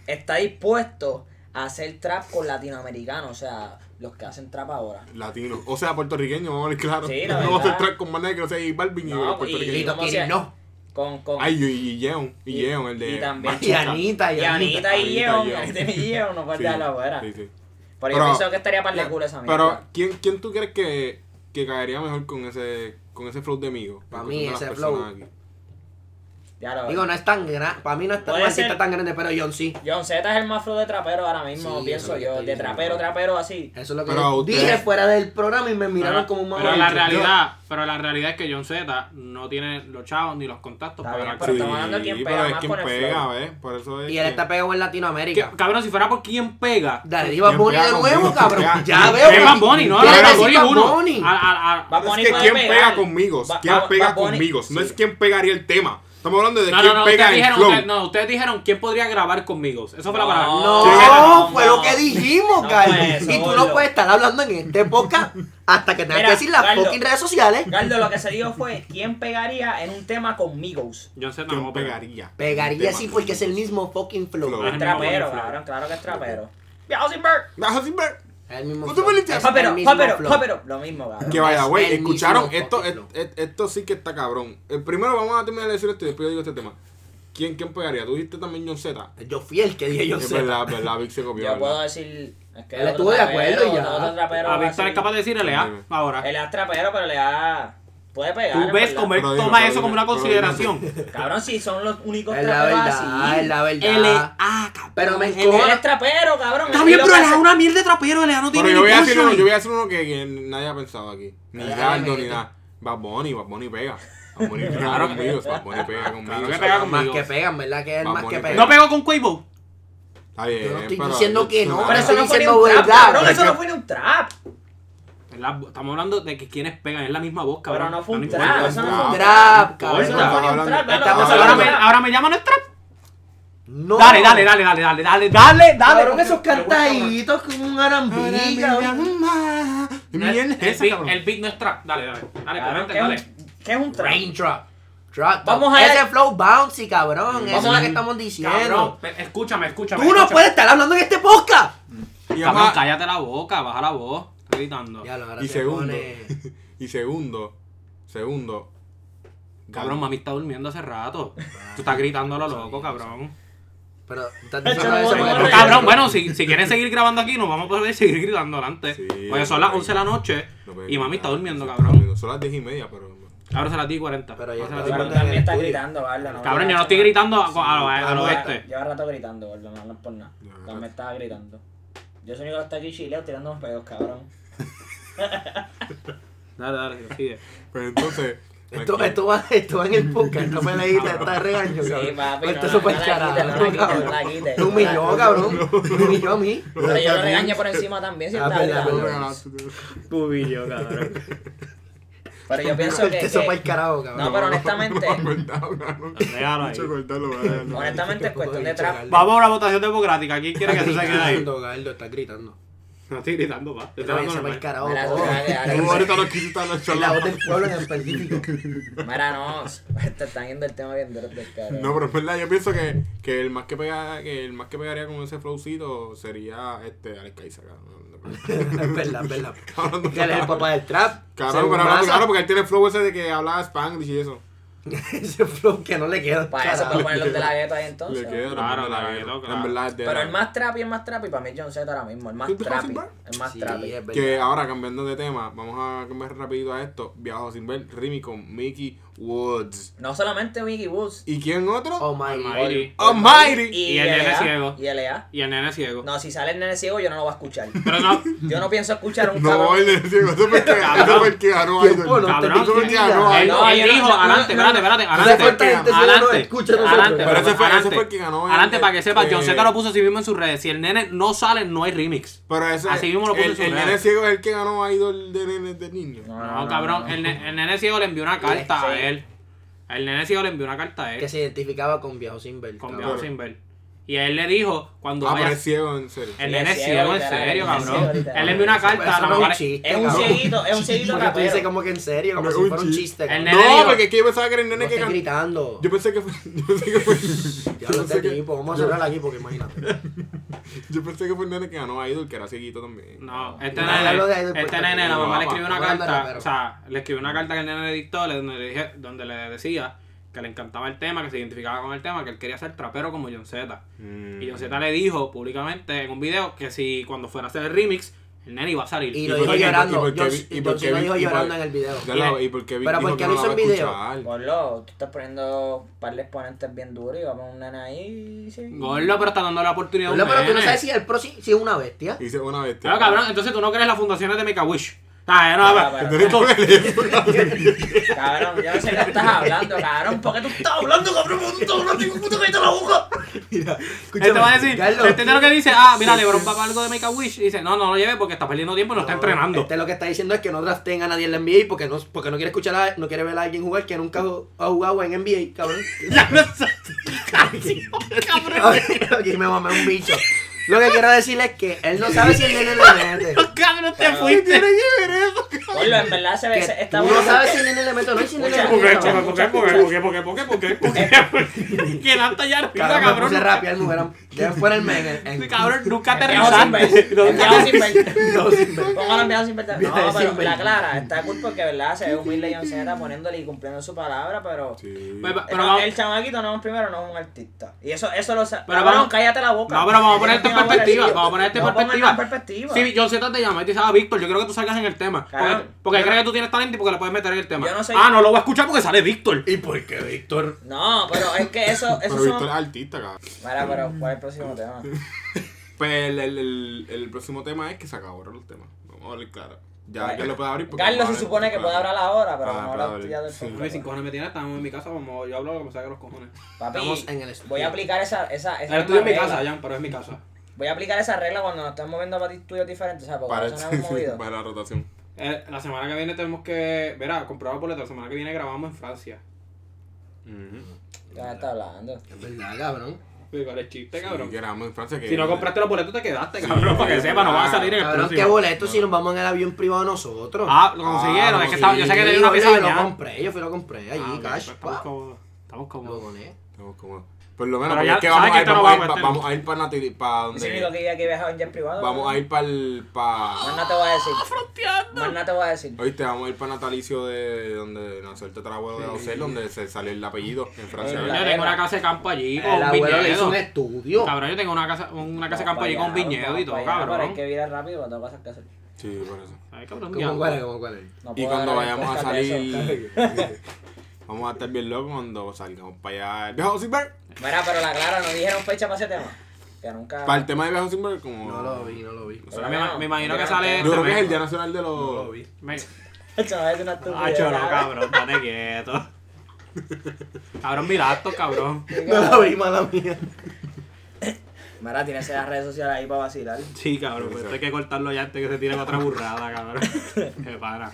está dispuesto a hacer trap con latinoamericanos, o sea, los que hacen trap ahora. Latino. O sea, puertorriqueño, vamos a ver claro. Sí, la no vamos a verdad. entrar con más nadie que no sea J Balvin y No, los y- Y puertorriqueños. ¿cómo se- no. Con, con Ay, y y Yeon. Y Y- Yeon, el de. y también- Y Manchester. Anita, y Anita y Anita y Yeon, Yeon. Anita y Yeon, no puedes Sí, dejarlo afuera. sí, sí. Pero yo Pero- pienso que estaría para el culo esa mierda. Pero, ¿quién, ¿quién tú crees que, que caería mejor con ese, con ese flow de Migo? Pa' Con mí, una de las ese personas flow. aquí. Ya lo- Digo, no es tan grande. Para mí no es tan, Puede no es que ser. está tan grande, pero John sí. John Z es el más flow de trapero ahora mismo, Sí, eso pienso es lo que yo. estoy De diciendo. trapero, trapero, así. Eso es lo que Pero yo ustedes- dije fuera del programa y me miraron pero, como un pero la mamón. realidad, pero la realidad es que John Z no tiene los chavos ni los contactos Está para bien, ganar. pero estamos hablando de quién pega pero es más quien con el pega, flow. ¿ves? Por eso es Y él que- está pegado en Latinoamérica. Que- Cabrón, si fuera por quién pega, Dale, iba ¿Quién Bunny pega de con nuevo, Bunny? cabrón. ¿Quién Ya pega? veo. es Bad Bunny, ¿no? Tiene que Ahora decir Bunny es Bad uno. Bunny. A- a- a- Bad Es Bunny que puede quién pegar. pega conmigo, Ba- quién Ba- pega Bad Bunny- conmigo, sí. no es quién pegaría el tema. Estamos hablando de No, quién no, no, pega ustedes el dijeron, flow. ustedes, no, ustedes dijeron quién podría grabar conmigo. Eso fue la No. palabra. No, No, fue no. lo que dijimos, No Carlos. fue eso, y tú no gordo. puedes estar hablando en este podcast hasta que tengas Mira, que decir las Carlos. fucking redes sociales. Gardo, lo que se dijo fue: ¿quién pegaría en un tema con Migos? John Z ¿Quién no pegaría. pegaría? Pegaría Tema. sí porque es el mismo fucking flow. Flow. Es el trapero, mismo cabrón, claro que es trapero. Viajo sin ver. Bajo sin ver. Es el mismo ¿Tú flow. perdiste? Es el Papero, mismo papero, flow. papero. Lo mismo, cabrón. Que vaya, güey, Es el escucharon, mismo esto, fucking es- es- esto sí que está cabrón. El primero vamos a terminar de decir esto y después yo digo este tema. ¿Quién, quién pegaría? Tú dijiste también John [LAUGHS] Z. Yo fui el que dije yo Es sé. verdad, es verdad, Vic se copió. Yo ¿verdad? puedo decir. Es que Él otro estuvo de acuerdo y trapero, ya. Otro trapero A Víctor así. es capaz de decir LA ahora. Él es trapero, pero le da. Puede pegar. Tú en ves verdad. como él Pero dime, toma pero eso como dime, una pero consideración. Cabrón, si son los únicos Es la traperos verdad, es así. la LA, verdad. cabrón. Pero me Él encojona. este es trapero, cabrón. Está bien, Y pero lo que LA es hace- una mierda de trapero, LA no tiene Pero yo voy a decir uno, punchline. yo voy a decir uno que, que nadie ha pensado aquí. Ni Dale, Galdo dale. ni nada. Bad Bunny, Bad Bunny pega. Bad Bunny pega Claro. conmigo, Bad Bunny pega conmigo. Claro que ¿sabes? pega Más conmigo. que pegan, ¿verdad? Que es el Bad más que Bunny pega. ¿No pegó con Quavo? Está bien, Yo no estoy pero- diciendo que no, Pero eso no fue ni Estoy un diciendo trap, verdad, cabrón. porque- Eso no fue ni un trap. La- Estamos hablando de que quienes pegan, es la misma voz, cabrón. Pero no fue un importa. trap. Eso no fue un Wow. Trap, Por eso cabrón. no fue ni un trap, Estamos claro, Entonces, no, ahora, no, me, no. ahora me llaman el trap. No. Dale, dale, dale, dale, dale, dale, dale, dale. Cabrón, esos Me gusta, cabrón. cantaditos con un arambí, cabrón. No, El, Miel ese, beat- cabrón. el beat no es trap. Dale, dale. Dale, Cabrón, adelante, ¿qué es dale. un- ¿Qué es un trap? Raindrop. Drop. Vamos a Ese ver. flow bouncy, cabrón. Eso es lo que estamos Cabrón, diciendo. pe- escúchame, escúchame. Tú no escúchame. puedes estar hablando en este podcast. Y Cabrón, además- cállate la boca, baja la voz. Estoy gritando. Ya, ahora Y se segundo. pone- [LAUGHS] Y segundo. Segundo. Cabrón, mami está durmiendo hace rato. Tú estás gritando a lo loco, cabrón. Pero Eso estás diciendo no eso vamos a porque- Pero, cabrón, bueno, si, si quieren seguir grabando aquí, nos vamos a poder seguir gritando adelante. Sí, Porque son las ok. 11 de la noche No puede y mami está gritar, durmiendo, está cabrón. durmiendo. Son las 10 y media, pero. Ahora se las di 40. Pero Ahora ya se está las di Cabrón, 40. también estás Estudio. gritando, Gardo. no Cabrón, me yo no hagas estoy nada. gritando a- a- a- al Cabrón, oeste. Lleva rato gritando, gordo, no, no es por nada. Ya, También estaba gritando. Yo soy el único que está aquí chileo tirando unos pedos, cabrón. Dale, dale, sigue. Pero Pues entonces. [LAUGHS] Esto, tranquilo. [LAUGHS] esto, va, esto va en el podcast, no me leíste, está regaño, [LAUGHS] Sí, cabrón. papi, Esto no es la- súper no la charado, quites, no la quites, cabrón. no la quites. Me humilló, cabrón. Me humilló a mí. Pero yo lo regañé por encima también, si Ah, está verdad, gritando. verdad. Cubillo, cabrón. Pero yo pienso que. Corte eso que- para el No, carajo, cabrón. pero [LAUGHS] No honestamente, va a cortar, cabrón. [LAUGHS] Déjalo ahí. Mucho cortarlo, va a dejarlo. honestamente es cuestión de trap. Vamos a una votación democrática. ¿Quién quiere que se Está quede ahí? gritando, Galdo, está gritando. No estoy gritando, pa. Yo Pero estoy hablando váyanse para el normal. carajo, Mira, cojo. [LAUGHS] dale, dale. Tú ahorita no quisiste hablar, Es la voz chaval. del pueblo en específico. Mira, no, [LAUGHS] te están yendo el tema bien duro del cabrón. [LAUGHS] No, pero es verdad, yo pienso que, que el más que pega, que el más que pegaría con ese flowcito sería este Alex Kaiser, cabrón. [LAUGHS] [LAUGHS] Es verdad, es verdad. Cabrón, no Que él es el papá del trap. Cabrón, según pero hablando Maza. claro, porque él tiene el flow ese de que hablaba Spanglish y eso. [LAUGHS] Ese flow que no le queda. Para eso, carajo. para poner los de la gueto ahí entonces. Le queda Claro, la la mano de gueto, la claro. En verdad, es de Pero la- el más trappy, el más trappy para mí es John Z ahora mismo. El más ¿Tú te vas a trappy. silbar? El más Sí, eh. trappy. es verdad. Que ahora, cambiando de tema, vamos a cambiar rapidito a esto. Viajo sin ver, Remy con Mickey Woods. No solamente Mickey Woods. ¿Y quién otro? Oh my god. Almighty. Almighty. Pues, Y el nene LA, ciego. Y LA. Y el nene ciego. No, si sale el nene ciego, yo no lo voy a escuchar. Pero no. Yo no pienso escuchar a un No, cabrón. el de ciego, eso fue que eso fue que ganó Tiempo, Idol. no te Cabrón, Eso fue que ganó Ay, Él, Idol. no, él yo no- dijo, no, adelante, no, espérate, no. espérate, Entonces, ¿cuánta adelante. gente si uno no escucha nosotros? adelante, Pero ese fue- adelante. ese fue el que ganó el- Adelante, para que sepa, John eh, Z lo puso así mismo en sus redes. Si el nene no sale, no hay remix. Pero ese, Así mismo lo puso en el, su el red. nene ciego es el que ganó Idol de, nene- de niño. Ah, No, No, cabrón, El, ne- el nene ciego le envió una carta a él. El nene ciego le envió una carta a Que él. se identificaba con Viejo Sin Ver. Con cabrón. Viajo sin ver. Y él le dijo, cuando Ah, pero vaya. es ciego, en serio. El Sí, nene es ciego, ciego, en literal, serio, es ciego, cabrón. literal. Él le envió una Eso carta a la no es un mamá. le- chiste, Es un cabrón. cieguito, es un cieguito Porque tú dices rapero. como que en serio, como No, si un fuera un chiste. chiste. El cabrón. nene dijo- No, porque que yo pensaba que era el No nene que estés ganó. gritando. Yo pensé que fue. [LAUGHS] Yo pensé que fue. Ya Yo lo pensé sé, que, tipo. Vamos a cerrar aquí porque imagínate. yo pensé que fue el nene que ganó a Idol, que era cieguito también. No, este No, nene, hablo de ahí después, este nene, la no, mamá le papá, escribió una no, no, carta, no, pero- o sea, le escribió una carta que el nene le dictó, le- donde le, dije, donde le decía que le encantaba el tema, que se identificaba con el tema, que él quería ser trapero como John Z. Mm. Y John Z le dijo públicamente en un video que si cuando fuera a hacer el remix, El nene iba a salir. Y ¿Y lo por dijo qué? ¿Y por- y llorando. por qué John- vi- y John por qué Cena vi- dijo y por- llorando en el video. Ya lo- y porque Vic Pero dijo ¿por qué que no lo hizo la en va a video? escuchar. Gorlo, tú estás poniendo un par de exponentes bien duros y vamos a un nene ahí. Sí. Gordo, pero está dando la oportunidad a un Pero pero tú no nene. sabes si el pro sí, si es una bestia. Hice una bestia. Claro, cabrón, entonces tú no crees las fundaciones de Make a Wish. Ah, ya no, Para, va- para, Entonces, para. con [LAUGHS] el [LAUGHS] Cabrón, yo no sé qué estás hablando, cabrón. ¿Por qué tú estás hablando, cabrón? [LAUGHS] ¿Por qué tú estás hablando? Tengo un puto que la boca. Mira, Él te este va a decir, Carlos, ¿te entiendes lo que dice? Ah, mira, Lebron va para algo de Make a Wish. Y dice, no, no lo lleve porque está perdiendo tiempo y no está entrenando. [LAUGHS] Este lo que está diciendo es que no draften a nadie en la NBA porque no, porque no quiere escuchar a, no quiere ver a alguien jugar que nunca ju- ha jugado en NBA, cabrón. [LAUGHS] Ya no sé. [LAUGHS] Cabrón. Aquí me mamé un bicho. Lo que quiero decirle es que él no sabe si el nene le [LAUGHS] mete. Cabrón, te [LAUGHS] fuiste. Este- [LAUGHS] Gorlo, en verdad se ve. se- Que Está tú no bueno. sabes si el nene le mete o no, y si el nene Escucha, le mete. escucha, cabrón. ¿Por qué? ¿Por qué? ¿Por qué? ¿Por qué? ¿Por qué? ¿Por qué? ¿Por [LAUGHS] qué? Que Nanta ya arriba, Cabrón, me puse cabrón. rápido el mujerón. Dejen fuera el men. el- el- Sí, Cabrón, nunca Este Enviado sin aterrizaste. [LAUGHS] ver. Enviado sin ver. [LAUGHS] No, sin ver. Póngalo enviado sin ver. Enviado No, pero sin ver. la clara, está cool porque, ¿verdad? Se ve humilde John Cena poniéndole y cumpliendo su palabra, pero. Sí. Pero el, vamos- el chamaquito no es primero, no es un artista. Y eso, eso lo sabe. Pero Pero vamos- cállate la boca. No, pero vamos a poner esto en Yo no voy perspectiva. decir- Vamos a poner esto en no pongan perspectiva. nada en perspectiva. Sí, John Z te llama y te dice, ah, Víctor, yo creo que tú salgas en el tema. Porque, Cabrón. porque Yo cree no- que tú tienes talento y porque le puedes meter en el tema. Yo no sé- Ah, no lo voy a escuchar porque sale Víctor. ¿Y por qué Víctor? No, pero es que [LAUGHS] eso, Pero eso Víctor ah. son. es artista, cabrón. Mira, pero ¿cuál es el próximo tema? Pues el, el, el, el próximo tema es que se acabaron los temas. Vamos a hablar claro. Ya Bueno. que lo puede abrir. porque Carlos vamos a se ver- supone que puede hablar ahora, pero Ah, no puede habla hablar. ya del Sí. tema. Sin cojones me tienes, estamos en mi casa, vamos, yo hablo lo que me saque los cojones. Papi, Estamos en el estudio. voy a aplicar esa, esa, esa Ahora estoy en mi regla. casa, Jan, pero es mi casa. Voy a aplicar esa regla cuando nos estamos moviendo para estudios diferentes, ¿sabes? Porque Para, eso [LAUGHS] no [LAUGHS] hemos movido. para la rotación. Eh, la semana que viene tenemos que. Verá, comprar los boletos. La semana que viene grabamos en Francia. Ya me está hablando. Es verdad, cabrón. Uy, ¿Cuál es el chiste, Cabrón. cabrón? Que éramos en Francia. Que Si no compraste los boletos, te quedaste, cabrón. para que sí, sepa, no vas a ah, salir en el Cabrón, qué próximo. boleto si nos vamos en el avión privado nosotros. Ah, lo consiguieron. Ah, es que estaba- yo sé que Sí, tenía una yo- pieza Yo lo dañada. compré, yo fui lo compré allí, Ah, ok, cash. pues Estamos pa. cómodos. Estamos Lo cómodos. doné. Estamos como- Por lo Pero menos, porque ya es que sabes vamos que a ir, esto no vamos a va ir a pa- meter. vamos a ir para Nati, para Es el único donde. que ya que he viajado en jet privado. Vamos a ir para el. Más Pa... nada te voy a decir. Más nada te voy a decir. Oíste, vamos a ir para natalicio de donde nació el tatarabuelo de José, donde se salió el apellido en Francia. Yo tengo una casa de campo allí con El un abuelo le hizo viñedo. un estudio. Cabrón, yo tengo una casa, una casa de campo allí Vamos con para allá, viñedo vamos y todo, para allá, Pero hay cabrón. que virar rápido porque tengo cosas que hacer. Sí, por eso. Ay, cabrón, ¿Cómo diablo. cuál es? ¿Cómo cuál es? No Y puedo cuando dar el vayamos a podcast de eso. salir, [LAUGHS] vamos a estar bien locos cuando salgamos para allá. Viejo Silver. Mira, pero la clara no dijeron fecha para ese tema. Que nunca. Para el tema de Viejo Silver, como. No lo vi, no lo vi. Ahora me, me imagino que sale. Yo este creo que es el mes. Día Nacional de los. No lo vi. Me- El chaval es una Ah, estupidez. cholo, ¿sabes? cabrón, date quieto. Cabrón, mira esto, cabrón. [LAUGHS] No lo vi, mala mía. Mira, tienes las redes sociales ahí para vacilar. Sí, cabrón, pero esto hay que cortarlo ya antes que se tire con otra burrada, [LAUGHS] cabrón. Se para.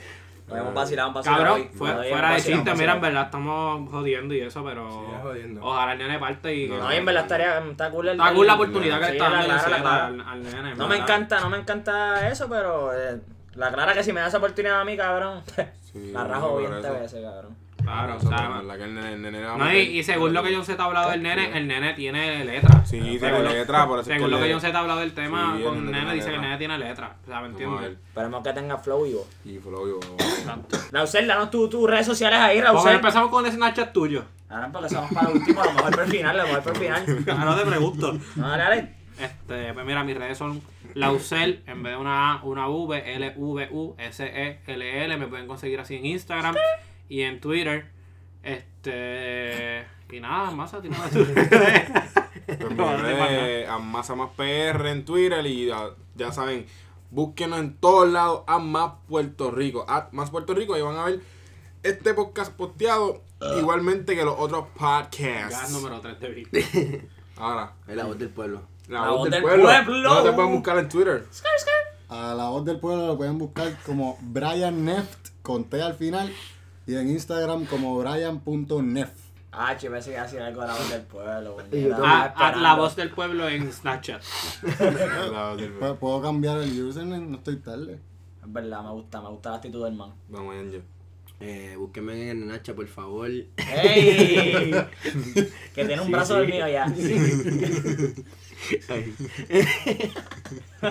Nos hemos vacilado, un vacilado. Cabrón, hoy. fue- Hoy hemos fuera de vacilado, chiste, un mira, en vacilado. verdad estamos jodiendo y eso, pero. Sí, jodiendo. Ojalá el nene parte y. No, y en verdad estaría. Está cool el- Está cool la oportunidad que le Sí, está la dando la Clara, la Clara Clara. al, al nene. en No verdad. me encanta, no me encanta eso, pero eh, la clara que si me da esa oportunidad a mí, cabrón, [LAUGHS] Sí, la rajo por bien eso. te veces, cabrón. Claro, o Eso, sea, pero la que el nene- el nene la va a No, y, meter. y según lo que John Z ha hablado Pues, del nene, el nene tiene letra. Sí, Según tiene lo- letra, por eso es Según que lo que le- John Z ha hablado del tema Sí, el con el nene nene, tiene dice que el letra. nene tiene letra. O sea, ¿me Vamos a entiendes? ver. Esperemos que tenga flow vivo. Y Flavio. Exacto. Rausel, danos tus tus redes sociales ahí, Porque Rausel. empezamos con el Snapchat [LAUGHS] tuyo. Ahora empezamos para el último, a lo mejor para el final, a lo mejor para el final. [LAUGHS] Ah, no te pregunto. No, dale, dale. Este, pues mira, mis redes son Lausel, en vez de una A, una V, L, V, U, S, E, L, L. Me pueden conseguir así en Instagram y en Twitter. Este. Y nada, más a ti nada. Pues [LAUGHS] No, no te pasa. eh, a Masa Más PR en Twitter y ah, ya saben, búsquenos en todos lados a Más Puerto Rico. A Más Puerto Rico, ahí van a ver este podcast posteado Ah. igualmente que los otros Gas podcasts. número 3 de Vic. Ahora, Es la voz del pueblo. la, voz, del, pueblo. pueblo. No te pueden buscar en Twitter. A la voz del pueblo lo pueden buscar como Brian Neft con T al final y en Instagram como Brian.neft. Ah, che, pensé que iba a decir algo de la voz del pueblo. coño, Y yo la también. A, a estaba Ah, la esperando. voz del pueblo en Snapchat. [LAUGHS] La voz del pueblo. Pu- Puedo cambiar el username, no estoy tarde. Es verdad, me gusta, me gusta la actitud del man. Vamos, Angel. Eh, búsquenme en el Nacha, por [LAUGHS] favor. [LAUGHS] ¡Ey! que tiene un brazo del mío ya. Ay.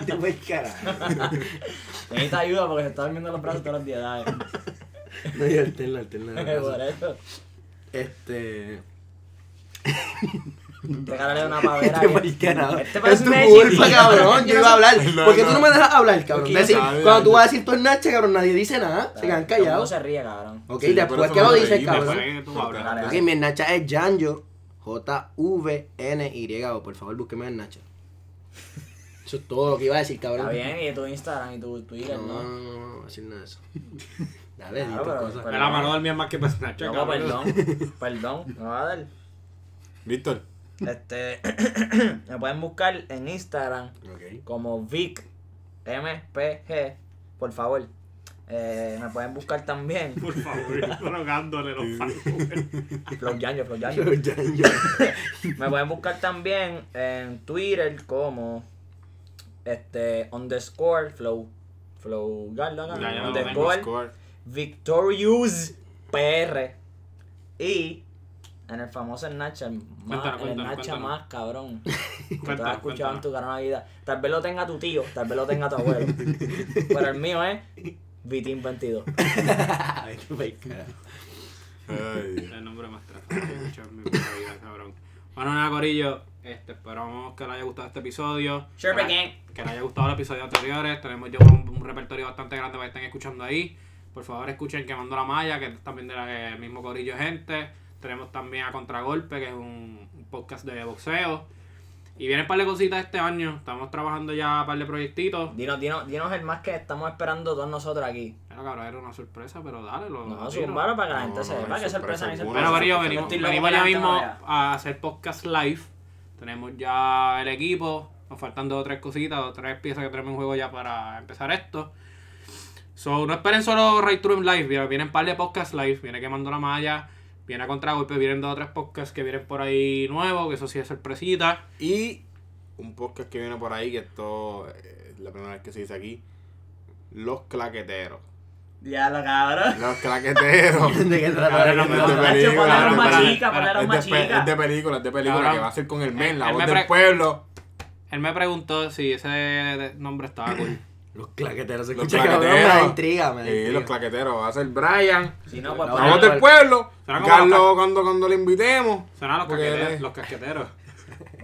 Te voy carajo. Necesita ayuda porque se está durmiendo los brazos todos los días. dale. No, yo [LAUGHS] [LAUGHS] alterno, alterno. Por eso. Este. Regálale [LAUGHS] una pavera. Este que- mariquera, ¿no? Este Es parece tu un culpa, Nechi. [LAUGHS] cabrón. Yo iba a hablar. No, Porque no. tú no me dejas hablar, cabrón. Porque Decir, yo sabía. cuando tú vas a decir tu Nache, cabrón, nadie dice nada. Se quedan Todo el mundo callados. se ríe, cabrón. Ok, Sí, por después eso que me lo reí, dices, después cabrón. que tú hablas. Dale, Ok, dale. mi Nacha es Janjo. J-V-N-Y. o, Por favor, búsqueme en Nacha. Eso es todo lo que iba a decir, Está cabrón. bien, y tu Instagram y tu Twitter, No, no, ¿no? no, no, no, decir nada de eso. Dale, di Claro, tus pero- cosas. Me la mano del mío más que para Snapchat, Loco, cabrón. [LAUGHS] perdón. Perdón, no va a dar. Víctor. Este, [CLEARS THROAT] me pueden buscar en Instagram Ok. como Vic MPG, por favor. Eh, me pueden buscar [LAUGHS] también Por favor, [LAUGHS] drogándole los fans. Flow Yanjo, Flow Yanjo. [LAUGHS] Janjo. Me pueden buscar también en Twitter como este underscore flow flow Garland, ¿no? Ya, ya, underscore Score. victorious pr y en el famoso Nacha más Cuéntanos, en el cuéntanos, Nacha cuéntanos. más [LAUGHS] cabrón que tú Cuéntanos, has escuchado cuéntanos. en tu carona vida tal vez lo tenga tu tío tal vez lo tenga tu abuelo [LAUGHS] pero el mío es Vitin 22 [LAUGHS] Ay, qué mal carajo. Ay. El nombre más trágico que he escuchado en mi puta vida, cabrón. Bueno, nada, Corillo. Este, esperamos que les haya gustado este episodio. Sure, que, pequeño. le- que les haya gustado los episodios anteriores. Tenemos yo un, un repertorio bastante grande para que estén escuchando ahí. Por favor, escuchen Quemando la Malla, que es también del mismo Corillo de Gente. Tenemos también a Contragolpe, que es un un podcast de boxeo. Y vienen un par de cositas este año. Estamos trabajando ya un par de proyectitos. dinos, dinos, dinos el más que estamos esperando todos nosotros aquí Claro, cabrón, era una sorpresa, pero dale, lo. no, lo es un tiro. para que la No, gente no, sepa no hay que sorpresa sorpresa ni sorpresa ninguna. Bueno, Mario, Yo venimos, estoy loco venimos para ya la gente mismo vaya. a hacer podcast live. Tenemos ya el equipo. Nos faltan dos o tres cositas, dos o tres piezas que tenemos en juego ya para empezar esto. So, no esperen solo Ray True en live. vi- Vienen un par de podcasts live. Viene quemando la malla. Viene a contragolpe. Vienen dos o tres podcasts que vienen por ahí nuevos. Que eso sí es sorpresita. Y un podcast que viene por ahí, que esto eh, es la primera vez que se dice aquí. Los claqueteros. ya lo [LAUGHS] cabrón Los claqueteros. ¿De qué trata? Cabrón, no [LAUGHS] me- Es de Nacho, película, ponle es de aroma película. chica, ponle Es de aroma pe- chica. este Es de película, es de película Cabrón. que va a ser con el men, la Él me voz pre- del pueblo. Él me preguntó si ese nombre estaba cool. Los claqueteros se Los escucha cabrón. Me da claqueteros. intriga, me da Sí, los intriga. claqueteros. Va a ser Brian, Si no, pues la La voz ponemos- vamos del pueblo. Será como Carlos los- cuando, cuando le invitemos. Suena los Porque él casqueteros. es- Los casqueteros.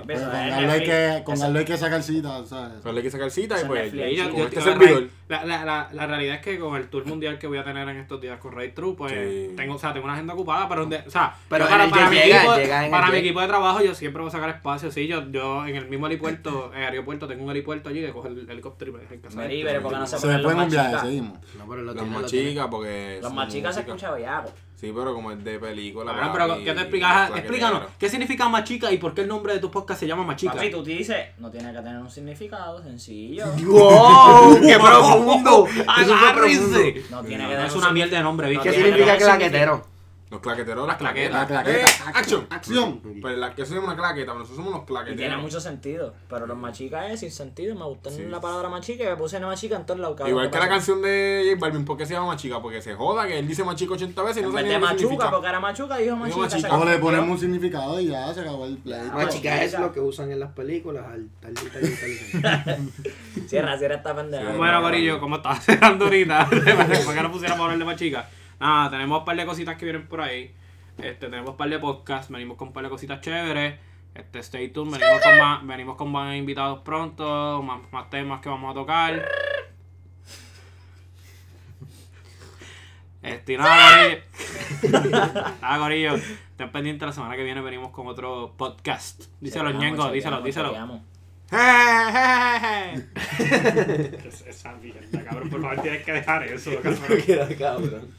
Pero Eso con es Carlos hay que, Netflix. con Eso- Carlos hay que sacar cita, ¿sabes? Pero le hay que sacar cita y Eso es pues. Netflix. Y yo- con yo- este la, servidor. la- la- la- la realidad es que con el tour mundial que voy a tener en estos días con Ray True, pues Sí. tengo, o sea, tengo una agenda ocupada, pero donde, o sea, Pero yo en el jet mi, llega, equipo, llega en el para mi jet. equipo de trabajo yo siempre voy a sacar espacio, sí, yo, yo en el mismo helipuerto, [LAUGHS] en el aeropuerto, tengo un helipuerto allí que coge el helicóptero y me deja en casa. Mary, pero ¿por qué no se Se me ponen los fue en un viaje, machicas? seguimos. No, pero lo Los tiene, lo tiene. machicas, porque. Los son machicas se música. escucha bellaco. Sí, pero como es de película. Ah, Cabrón, papi, Ah, pero ¿qué te explicas? los Explícanos, claqueteros. ¿qué significa machica y por qué el nombre de tu podcast se llama machica? Papi, tú te dices, no tiene que tener un significado sencillo. ¡Wow! [LAUGHS] [LAUGHS] ¡Qué profundo! Eso fue profundo. ¡Agárrense! No, No tiene no que tener es un una significado. mierda de nombre, ¿viste? ¿Qué No Tiene significa que- claquetero? Los claqueteros, Las las claquetas. claquetas. La claqueta. Eh, action. Acción. Pero la, que eso es una claqueta, pero nosotros somos unos Y tiene claqueteros. mucho sentido. Pero los machicas es sin sentido. Me gustó Sí. la palabra machica y me puse en machica en todos lados. cabrón. Igual ¿Qué que la pasa? canción de J Balvin, ¿por qué se llama Machica? Porque se joda que él dice Machica 80 veces y no En sabe vez ni de lo que machuca, significa. porque era machuca, dijo machica. machica. se O le cambió. ponemos un significado y ya se acabó el pues. pleito. Machica es lo que usan en las películas. al Tal y tal y tal y [LAUGHS] tal. Cierra, cierra esta pendeja. Sí. Bueno, Corillo, como [LAUGHS] estaba cerrando ahorita, para que no pusiéramos a hablar de más chicas. Nada, tenemos un par de cositas que vienen por ahí. Este, tenemos un par de podcasts, venimos con un par de cositas chéveres. Este, stay tuned, venimos con más, venimos con más invitados pronto, más, más temas que vamos a tocar. Este, y nada, Corillo. nada, Corillo. Estén pendientes la semana que viene, venimos con otro podcast. Díselo, Chequeamos, Ñengo, chequeamos, díselo, díselo. chequeamos. Esa mierda, cabrón, por favor, tienes que dejar eso, cabrón. Queda cabrón.